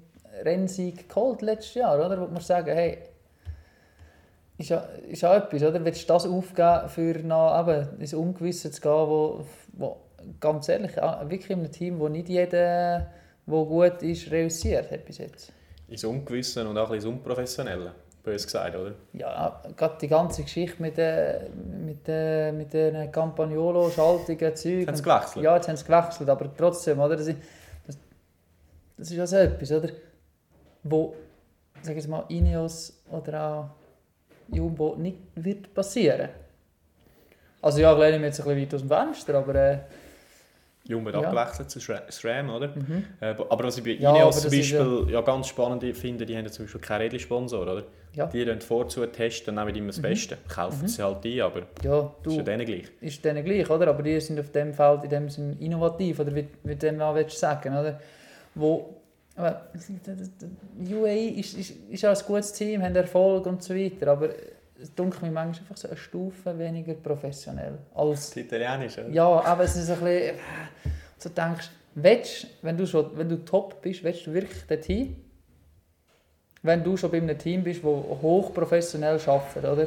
Speaker 3: Rennsieg geholt letztes Jahr, oder? Wo man sagen, hey, ist ja, ist ja etwas, oder? Willst du das aufgeben, für nach eben ins Ungewisse zu gehen, wo, wo ganz ehrlich, ah, wirklich in einem Team, wo nicht jeder, wo gut ist, realisiert hat bis jetzt.
Speaker 2: Ins Ungewisse und auch ein bisschen ins Unprofessionelle. Bös gesagt, oder?
Speaker 3: Ja, gerade die ganze Geschichte mit, äh, mit, äh, mit den Campagnolo-Schaltungen,
Speaker 2: Haben
Speaker 3: Zeug.
Speaker 2: sie
Speaker 3: und-
Speaker 2: gewechselt?
Speaker 3: Ja, jetzt haben sie gewechselt, aber trotzdem, oder? Das ist, das, das ist ja so etwas, oder? Wo, sag ich jetzt mal, Ineos oder auch Jumbo nicht wird passieren. Also ja, ich lehne mich jetzt ein bisschen weit aus dem Fenster, aber äh,
Speaker 2: Jung wird
Speaker 3: Ja.
Speaker 2: abgewechselt zu Shra- Schramm, oder? Äh, Aber was ich bei
Speaker 3: Ja, aber
Speaker 2: Ineos zum
Speaker 3: das ist ja-
Speaker 2: Beispiel ja ganz spannend finde, die haben ja zum Beispiel keinen Redli-Sponsor, oder?
Speaker 3: Ja.
Speaker 2: Die dann vorzu testen, nehmen immer das Beste. Kaufen sie halt ein, aber
Speaker 3: ja,
Speaker 2: ist ja
Speaker 3: du,
Speaker 2: denen gleich.
Speaker 3: ist denen gleich, oder? Aber die sind auf dem Feld in dem Sinne innovativ, oder wie, wie dem man willst sagen, oder? Wo, aber UAE ist, ist, ist auch ein gutes Team, haben Erfolg und so weiter, aber es dunkelt mir manchmal einfach so eine Stufe weniger professionell als
Speaker 2: Das Italienische, oder?
Speaker 3: ja, aber es ist so ein bisschen, so denkst, willst, wenn du schon, wenn du top bist, willst du wirklich dorthin? Wenn du schon bei einem Team bist, wo hochprofessionell arbeitet, oder?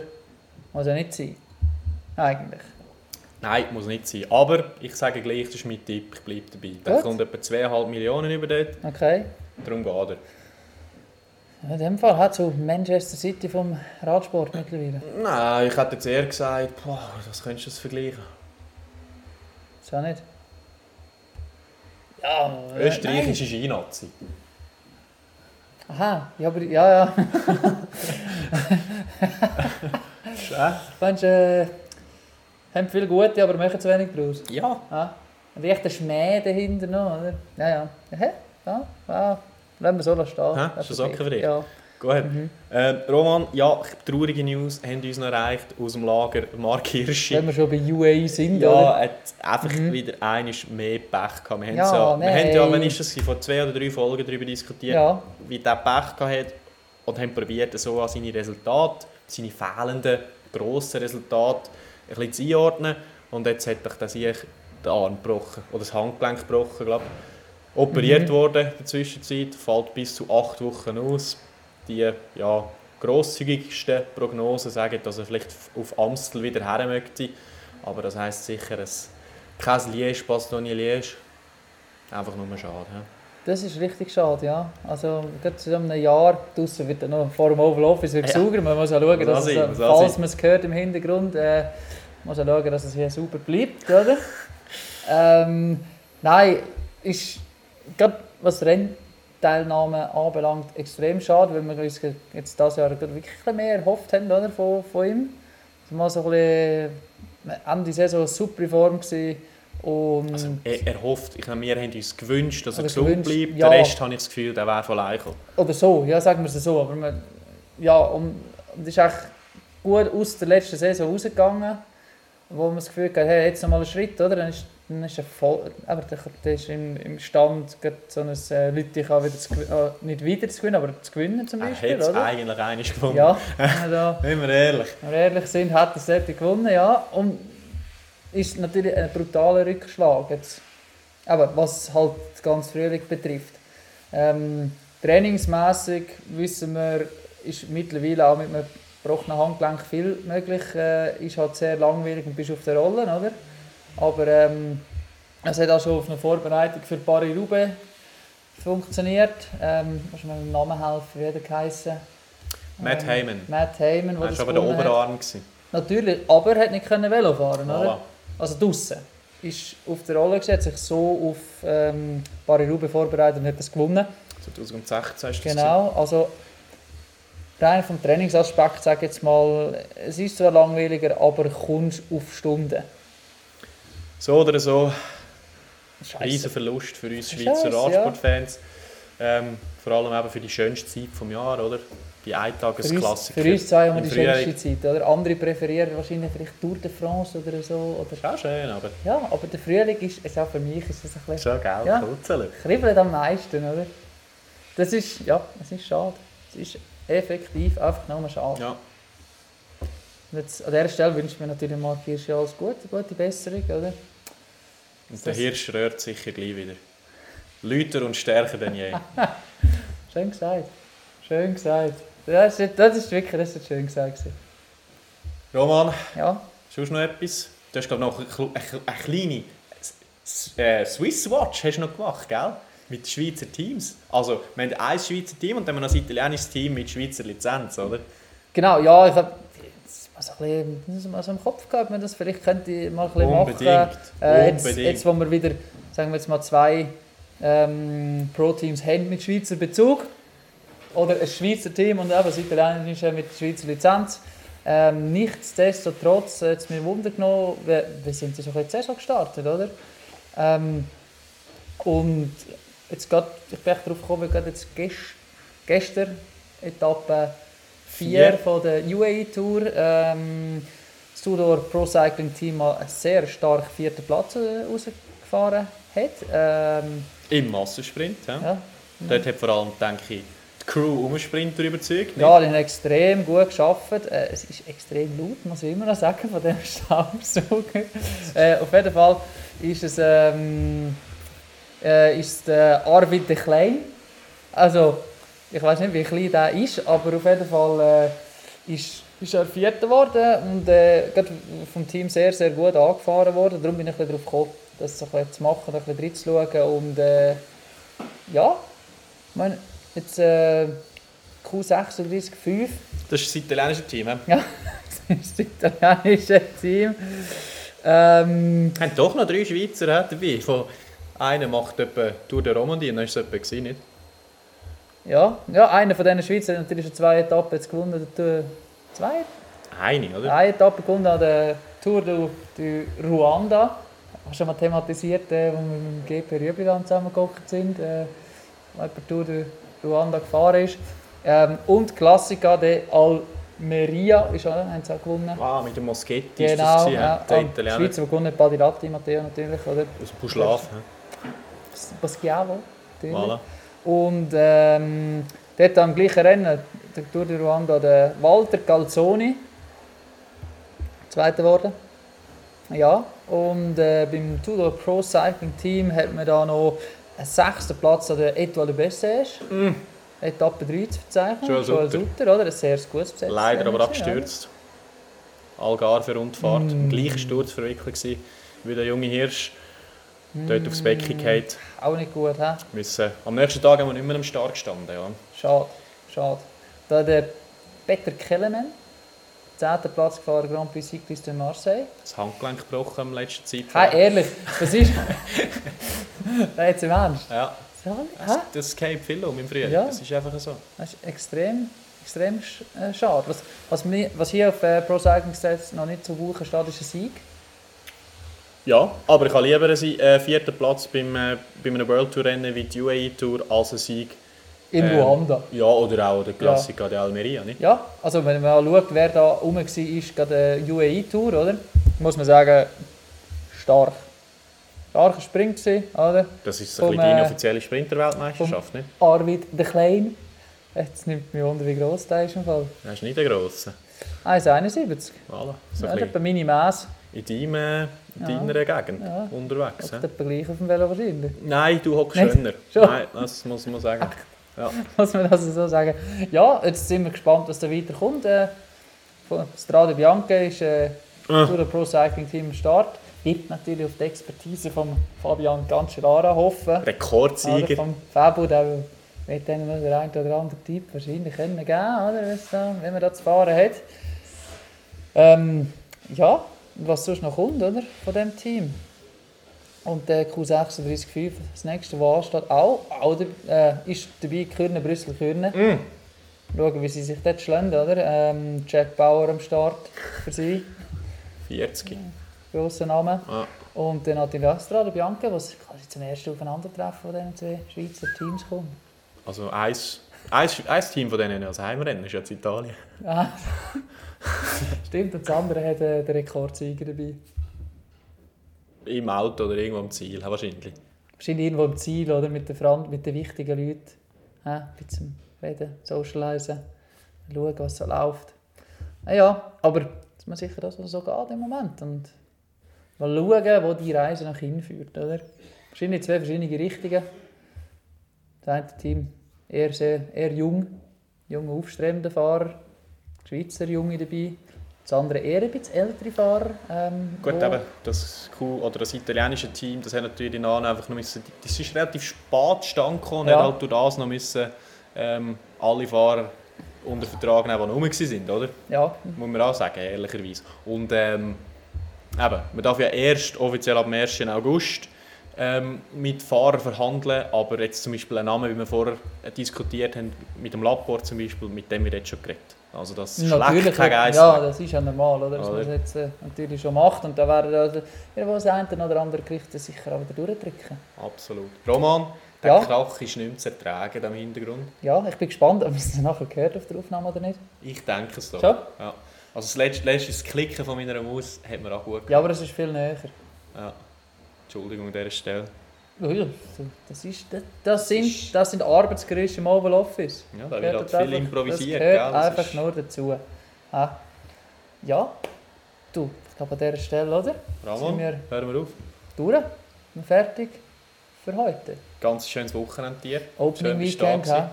Speaker 3: Muss ja nicht sein. Eigentlich.
Speaker 2: Nein, muss nicht sein. Aber ich sage gleich, das ist mein Tipp, ich bleibe dabei. Da
Speaker 3: Gut.
Speaker 2: kommt etwa 2,5 Millionen über dort,
Speaker 3: Okay.
Speaker 2: darum geht er.
Speaker 3: In dem Fall hat so Manchester City vom Radsport mittlerweile.
Speaker 2: Nein, ich hätte jetzt eher gesagt, boah, was könntest du das vergleichen?
Speaker 3: Ist ja nicht. Ja, äh,
Speaker 2: Österreichische Skinazi.
Speaker 3: nein. Aha, ja, aber ja, ja.
Speaker 2: Äh?
Speaker 3: Mensch, äh, haben viel Gute, aber machen zu wenig draus. Ah.
Speaker 2: Ja.
Speaker 3: Ja. Ein rechter Schmäh dahinter noch, oder? Ja, ja. Hä? Ja, ja. Lassen wir so lassen stehen.
Speaker 2: Hä?
Speaker 3: Das
Speaker 2: Ist das okay für dich?
Speaker 3: Ja.
Speaker 2: Gut.
Speaker 3: Mhm.
Speaker 2: Ähm, Roman, ja, traurige News haben uns noch erreicht aus dem Lager Mark
Speaker 3: Wenn
Speaker 2: Hirschi.
Speaker 3: wir schon bei UAE sind,
Speaker 2: Ja,
Speaker 3: oder?
Speaker 2: er hat einfach wieder einiges mehr Pech gehabt. Wir haben
Speaker 3: Mhm. Ja,
Speaker 2: ja, wir haben ja
Speaker 3: nein.
Speaker 2: wann ist das, gewesen? vor zwei oder drei Folgen darüber diskutiert,
Speaker 3: Ja.
Speaker 2: wie der Pech gehabt hat und haben probiert, so an seine Resultate, seine fehlenden grossen Resultate ein bisschen zu einordnen. Und jetzt hat sich das ich den Arm gebrochen oder das Handgelenk gebrochen, glaube ich. Operiert worden in der Zwischenzeit, fällt bis zu acht Wochen aus. Die ja, grosszügigsten Prognosen sagen, dass er vielleicht auf Amstel wieder her möchte. Aber das heisst sicher, dass kein Liège passt noch nie Liège. Einfach nur schade. hä?
Speaker 3: Das ist richtig schade, ja. Also, gerade zu so einem Jahr draussen wird dann noch vor dem Oval Office wieder
Speaker 2: Ja.
Speaker 3: sauber. Man muss ja schauen,
Speaker 2: Muss
Speaker 3: dass
Speaker 2: auch
Speaker 3: es,
Speaker 2: sein,
Speaker 3: äh,
Speaker 2: muss auch
Speaker 3: falls
Speaker 2: sein.
Speaker 3: man es hört im Hintergrund, äh, muss ja schauen, dass es hier sauber bleibt, oder? ähm, nein, ist gerade was Rennteilnahme anbelangt extrem schade, weil wir uns ge- jetzt dieses Jahr gerade wirklich ein bisschen mehr erhofft haben oder, von, von ihm. Es war mal so ein bisschen Ende Saison super in Form gewesen und
Speaker 2: Also, er, er hofft, ich, meine, wir haben uns gewünscht, dass er
Speaker 3: Mm. Oder
Speaker 2: gesund
Speaker 3: gewünscht,
Speaker 2: bleibt.
Speaker 3: ja.
Speaker 2: Der Rest habe ich das Gefühl, der wäre von allein gekommen.
Speaker 3: Oder so, ja, sagen wir es so. Aber man, ja, und, und ist echt gut aus der letzten Saison rausgegangen, wo man das Gefühl hatte, hey, jetzt noch mal einen Schritt, oder? Dann ist, dann ist er voll, aber der, der ist im, im Stand, gerade so ein äh, Leute kann wieder zu, gew- äh, nicht wieder zu gewinnen, aber zu gewinnen zum
Speaker 2: Er
Speaker 3: Beispiel,
Speaker 2: hätte es
Speaker 3: oder?
Speaker 2: eigentlich einmal gewonnen.
Speaker 3: Ja, also,
Speaker 2: Wenn wir ehrlich.
Speaker 3: wenn wir ehrlich sind, hat er es dort gewonnen, ja. Und ist natürlich ein brutaler Rückschlag jetzt. Aber was halt ganz Frühling betrifft. Ähm, trainingsmäßig wissen wir, ist mittlerweile auch mit einem gebrochenen Handgelenk viel möglich. Äh, ist halt sehr langwierig und bist auf der Rolle, oder? Aber ähm, es hat auch schon auf eine Vorbereitung für Paris Roubaix funktioniert. Ähm, muss mir mit dem Namen helfen, wie hat er geheissen?
Speaker 2: Matt Heyman.
Speaker 3: Matt Heyman, wo
Speaker 2: Er
Speaker 3: das
Speaker 2: war aber der
Speaker 3: gewonnen hat.
Speaker 2: Oberarm. gewesen.
Speaker 3: Natürlich, eh, aber er hat nicht können Velo fahren,
Speaker 2: Voilà.
Speaker 3: oder? Also draussen. Ist auf der Rolle gesetzt, sich so auf ähm, Paris-Roubaix vorbereitet und hat das gewonnen.
Speaker 2: 2016 ist das. gewesen.
Speaker 3: Genau, also rein vom Trainingsaspekt sage ich jetzt mal, es ist zwar langweiliger, aber kommst auf Stunden.
Speaker 2: So oder so,
Speaker 3: Scheisse.
Speaker 2: riesen Verlust für uns Schweizer
Speaker 3: Scheisse, ja.
Speaker 2: Radsportfans. Ähm, vor allem eben für die schönste Zeit vom Jahr, oder? Die
Speaker 3: Für uns,
Speaker 2: Eintagesklassiker.
Speaker 3: für uns zwei haben wir
Speaker 2: Im
Speaker 3: die
Speaker 2: Frühjahr-
Speaker 3: schönste Zeit, oder? Andere präferieren wahrscheinlich vielleicht Tour de France oder so. Oder
Speaker 2: Ist auch schön, aber
Speaker 3: ja, aber der Frühling ist, ist auch für mich ist das ein bisschen
Speaker 2: ist auch geil,
Speaker 3: Ja.
Speaker 2: kurzelig.
Speaker 3: kribbelt am meisten, oder? Das ist, ja, es ist schade. Es ist effektiv einfach nur schade.
Speaker 2: Ja.
Speaker 3: Und Jetzt, an dieser Stelle wünsche ich mir natürlich mal Hirsch alles Gute, gute Besserung, oder?
Speaker 2: Und der
Speaker 3: das-
Speaker 2: Hirsch rührt sicher gleich wieder. Lüter und stärker denn je.
Speaker 3: Schön gesagt. Schön gesagt. Das ist, das ist wirklich das ist schön gesagt. gewesen.
Speaker 2: Roman,
Speaker 3: Ja,
Speaker 2: sonst noch etwas? Du hast glaube noch eine, kle- eine, eine kleine S- S- äh, Swiss Watch hast du noch gemacht, gell? Mit Schweizer Teams. Also, wir haben ein Schweizer Team und dann haben wir noch ein italienisches Team mit Schweizer Lizenz, oder?
Speaker 3: genau. Ja, ich habe mal so ein bisschen mal so im Kopf gehabt, ob man das vielleicht könnte mal ein bisschen machen. Äh, jetzt,
Speaker 2: Unbedingt.
Speaker 3: jetzt, wo wir wieder, sagen wir jetzt mal, zwei ähm, Pro-Teams haben mit Schweizer Bezug oder ein Schweizer Team und eben das italienische mit Schweizer Lizenz. Ähm, nichtsdestotrotz hat es mich Wunder genommen, wie, wie sind sie so ein bisschen zuerst gestartet, oder? Ähm, und jetzt grad, ich bin echt darauf gekommen, weil gerade jetzt gest, gestern Etappe 4
Speaker 2: Vier.
Speaker 3: von der UAE Tour ähm, das Tudor Pro Cycling Team mal einen sehr stark vierten Platz äh, rausgefahren hat. Ähm,
Speaker 2: Im Massensprint, ja.
Speaker 3: ja.
Speaker 2: Dort hat vor allem, denke ich, die Crew um den Sprinter überzeugt.
Speaker 3: Ja, die haben extrem gut geschafft. Äh, es ist extrem laut, muss ich immer noch sagen, von dem Staubsauger. äh, auf jeden Fall ist es, ähm, äh, ist der Arvid de Klein. Also, ich weiß nicht, wie klein der ist, aber auf jeden Fall äh, ist, ist er Vierter geworden und äh, gerade vom Team sehr, sehr gut angefahren worden. Darum bin ich ein bisschen darauf gekommen, das so ein bisschen zu machen, da ein bisschen reinzuschauen. Und äh, ja, ich meine, jetzt. Äh, Q36-5,
Speaker 2: Das ist das italienische Team. Ja.
Speaker 3: das italienische Team. Ähm,
Speaker 2: Wir haben doch noch drei Schweizer hä, dabei. Von einer macht etwa Tour de Romandie und dann ist es etwa gewesen, nicht?
Speaker 3: ja, ja, einer von diesen Schweizer hat natürlich schon zwei Etappen jetzt gewonnen. Der Tour- Zwei?
Speaker 2: Eine, oder?
Speaker 3: Eine Etappe gewonnen an der Tour du, du Ruanda. Hast schon mal thematisiert, äh, wo wir mit dem GP Rübeland zusammengeguckt sind, äh, wo jemand Tour du Ruanda gefahren ist. Ähm, und Klassiker de Almeria ist auch, haben sie auch gewonnen.
Speaker 2: Ah, mit dem Moschetti ist das
Speaker 3: Genau,
Speaker 2: gewesen, ja.
Speaker 3: ja.
Speaker 2: der
Speaker 3: Ah,
Speaker 2: Italiener.
Speaker 3: Schweizer, die gewonnen hat, Padirati, Matteo natürlich, oder?
Speaker 2: Aus Buschlaf. hä.
Speaker 3: Basquiavo. natürlich.
Speaker 2: Voilà.
Speaker 3: Und ähm, dort am gleichen Rennen, der Tour de Ruanda, der eh, Walter Calzoni, Zweiter geworden. Ja, und äh, beim Tudor Pro Cycling Team hat man da noch einen sechsten Platz an der Etoile de Bessège. Etappe 3 zu verzeichnen.
Speaker 2: Joel
Speaker 3: Joel
Speaker 2: Sutter.
Speaker 3: Sutter, oder? Ein sehr gutes Besetzt.
Speaker 2: Leider aber abgestürzt. Algarve-Rundfahrt.
Speaker 3: Mhm.
Speaker 2: Im gleichen Sturz verwickelt gewesen, wie der junge Hirsch. Dort aufs
Speaker 3: Mhm.
Speaker 2: Becken gefallen.
Speaker 3: Auch nicht gut, hä?
Speaker 2: Müssen. Am nächsten Tag haben wir nicht mehr am Start gestanden. Ja.
Speaker 3: Schade, schade. Da der Peter Kellerman, 10. Platz gefahren, Grand Prix Cycliste de Marseille.
Speaker 2: Das Handgelenk gebrochen am letzten Zeit.
Speaker 3: Hey, ehrlich, das ist. Nein, jetzt im Ernst.
Speaker 2: Ja,
Speaker 3: Sorry?
Speaker 2: das,
Speaker 3: Hä?
Speaker 2: das geht viel um im Frühling.
Speaker 3: Ja.
Speaker 2: Das ist einfach so.
Speaker 3: Das ist extrem, extrem sch äh, schade. Was, was, mir, was hier auf äh, Pro Cycling Stats noch nicht so buchen steht, ist ein Sieg.
Speaker 2: Ja, aber ich habe lieber einen Si- äh, vierten Platz beim, äh, bei einem World Tour Rennen wie die UAE Tour als einen Sieg.
Speaker 3: In
Speaker 2: Ähm.
Speaker 3: Ruanda.
Speaker 2: Ja, oder auch der Klassiker der Almeria, nicht?
Speaker 3: Ja, also wenn man mal schaut, wer da rum war, ist gerade äh, der UAE-Tour, E oder? Muss man sagen, stark. Starker Sprint, gewesen, oder?
Speaker 2: Das ist so ein
Speaker 3: Vom,
Speaker 2: bisschen die
Speaker 3: äh,
Speaker 2: inoffizielle Sprinter-Weltmeisterschaft, nicht?
Speaker 3: Arvid de Klein. Jetzt nimmt mich wunder, wie gross der ist im Fall. Ah,
Speaker 2: Das ist nicht der grosse.
Speaker 3: 1,71.
Speaker 2: Voilà. So
Speaker 3: Ja,
Speaker 2: ein
Speaker 3: das ist etwa
Speaker 2: bisschen
Speaker 3: meine Masse.
Speaker 2: in deinem, äh, in deiner Gegend
Speaker 3: Ja.
Speaker 2: unterwegs.
Speaker 3: Das
Speaker 2: hä?
Speaker 3: ist etwa gleich auf dem Velo wahrscheinlich.
Speaker 2: Nein, du hockst
Speaker 3: Nicht?
Speaker 2: schöner.
Speaker 3: Schon?
Speaker 2: Nein, das muss man sagen.
Speaker 3: Ah.
Speaker 2: Ja.
Speaker 3: Muss man das so sagen. Ja, jetzt sind wir gespannt, was da weiterkommt. Äh, von Strade Bianca ist äh,
Speaker 2: Ah.
Speaker 3: durch ein Pro Cycling Team am Start. Wird natürlich auf die Expertise von Fabian Cancellara hoffen. Oder Ah,
Speaker 2: Rekordsieger.
Speaker 3: vom Fabio, der wird dann mal der ein oder andere Typ wahrscheinlich können geben, oder? Wenn's da- Wenn man da zu fahren hat. Ähm, ja, und was sonst noch kommt, oder? Von dem Team. Und der Q365, das nächste, was ansteht, auch, auch der, äh, ist dabei Kürne, Brüssel, Kürne.
Speaker 2: Hm.
Speaker 3: Schauen, wie sie sich dort schlagen, oder? Ähm, Jack Bauer am Start für sie,
Speaker 2: 40.
Speaker 3: grosser Name.
Speaker 2: Ja.
Speaker 3: Und dann hat die Astra, der Bianca, was quasi zum ersten Aufeinandertreffen von diesen zwei Schweizer Teams kommt.
Speaker 2: Also eins, eins, eins Team von denen als Heimrennen ist jetzt Italien.
Speaker 3: Ah. Stimmt, und das andere hat äh, den Rekordsieger dabei.
Speaker 2: Im Auto oder irgendwo am Ziel, wahrscheinlich.
Speaker 3: Wahrscheinlich irgendwo im Ziel oder mit den, Fran mit den wichtigen Leuten. Ja, ein bisschen reden, socialisen, schauen, was so läuft. Ah ja, aber ist man sicher, dass es so geht im Moment. Und mal schauen, wo die Reise nach hinführt. Oder? Wahrscheinlich zwei verschiedene Richtungen. Das eine Team eher, sehr, eher jung, junge aufstrebende Fahrer, Schweizer Junge dabei. Das andere eher ein bisschen ältere Fahrer. Ähm,
Speaker 2: Gut,
Speaker 3: wo-
Speaker 2: eben, das Q oder das italienische Team, das hat natürlich den Namen einfach noch müssen, das ist relativ spät stand gekommen und
Speaker 3: Ja.
Speaker 2: hat halt durch das noch müssen, ähm, alle Fahrer unter Vertrag nehmen, die noch rum sind, oder?
Speaker 3: Ja,
Speaker 2: Muss man auch sagen, ehrlicherweise. Und ähm, eben, man darf ja erst offiziell ab dem 1. August ähm, mit Fahrern verhandeln, aber jetzt zum Beispiel ein Name, wie wir vorher äh, diskutiert haben, mit dem Laport zum Beispiel, mit dem wird jetzt schon geredet. Also das schlägt kein Geist.
Speaker 3: Ja, das ist ja normal, oder? dass
Speaker 2: Oder?
Speaker 3: man das jetzt äh, natürlich schon macht. Und da wäre also, irgendwo das eine oder andere Gericht das sicher aber durchdrücken.
Speaker 2: Absolut. Roman, der
Speaker 3: Ja.
Speaker 2: Krach ist nicht mehr zu ertragen da im Hintergrund.
Speaker 3: Ja, ich bin gespannt, ob man es nachher gehört auf der Aufnahme oder nicht.
Speaker 2: Ich denke es doch.
Speaker 3: Schon?
Speaker 2: Ja. Also das letzte, letztes Klicken von meiner Maus hat mir auch gut
Speaker 3: Ja,
Speaker 2: gemacht.
Speaker 3: aber es ist viel näher.
Speaker 2: Ja. Entschuldigung an dieser Stelle.
Speaker 3: Ui, Das, ist, das, das, sind, das sind Arbeitsgeräusche im Oval Office.
Speaker 2: Ja, da wird
Speaker 3: Gehört
Speaker 2: halt
Speaker 3: das
Speaker 2: viel
Speaker 3: einfach-
Speaker 2: improvisiert.
Speaker 3: Das gehört
Speaker 2: gell? Das
Speaker 3: einfach
Speaker 2: ist-
Speaker 3: nur dazu. Ha. Ja, du, ich glaube an dieser Stelle, oder?
Speaker 2: Ramon,
Speaker 3: sind wir-
Speaker 2: hören wir auf.
Speaker 3: Durch, und fertig für heute.
Speaker 2: Ganz schönes Wochenende dir.
Speaker 3: Opening
Speaker 2: Schön, bist du
Speaker 3: Weekend,
Speaker 2: da
Speaker 3: ha?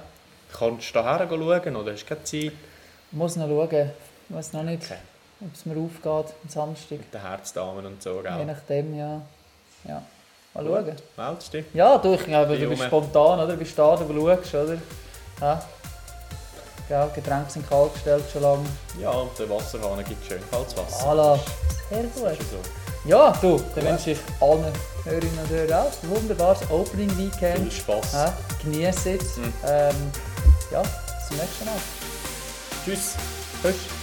Speaker 2: Kannst du hierher schauen oder hast du keine Zeit?
Speaker 3: Muss noch schauen, ich weiß noch nicht,
Speaker 2: Okay.
Speaker 3: ob es mir aufgeht am Samstag.
Speaker 2: Mit den Herzdamen und so,
Speaker 3: Je
Speaker 2: gell?
Speaker 3: nachdem, ja. ja. Mal
Speaker 2: Gut.
Speaker 3: schauen.
Speaker 2: Meldest dich?
Speaker 3: Ja, du, ich glaube,
Speaker 2: Bin
Speaker 3: du bist
Speaker 2: rum.
Speaker 3: spontan, oder? Du bist da, du schaust, oder? Ja. ja, Getränke sind kalt gestellt schon lange.
Speaker 2: Ja, und der Wasserhahn gibt schön kaltes Wasser.
Speaker 3: Voilà. Sehr
Speaker 2: Das
Speaker 3: gut.
Speaker 2: ist ja so.
Speaker 3: Ja, du, dann
Speaker 2: Gut.
Speaker 3: wünsche ich allen Hörerinnen und Hörern auch ein wunderbares
Speaker 2: Viel
Speaker 3: Opening-Weekend.
Speaker 2: Spass.
Speaker 3: Ja, genieße es.
Speaker 2: Mhm.
Speaker 3: Ähm, ja, bis zum nächsten Mal.
Speaker 2: Tschüss.
Speaker 3: Tschüss.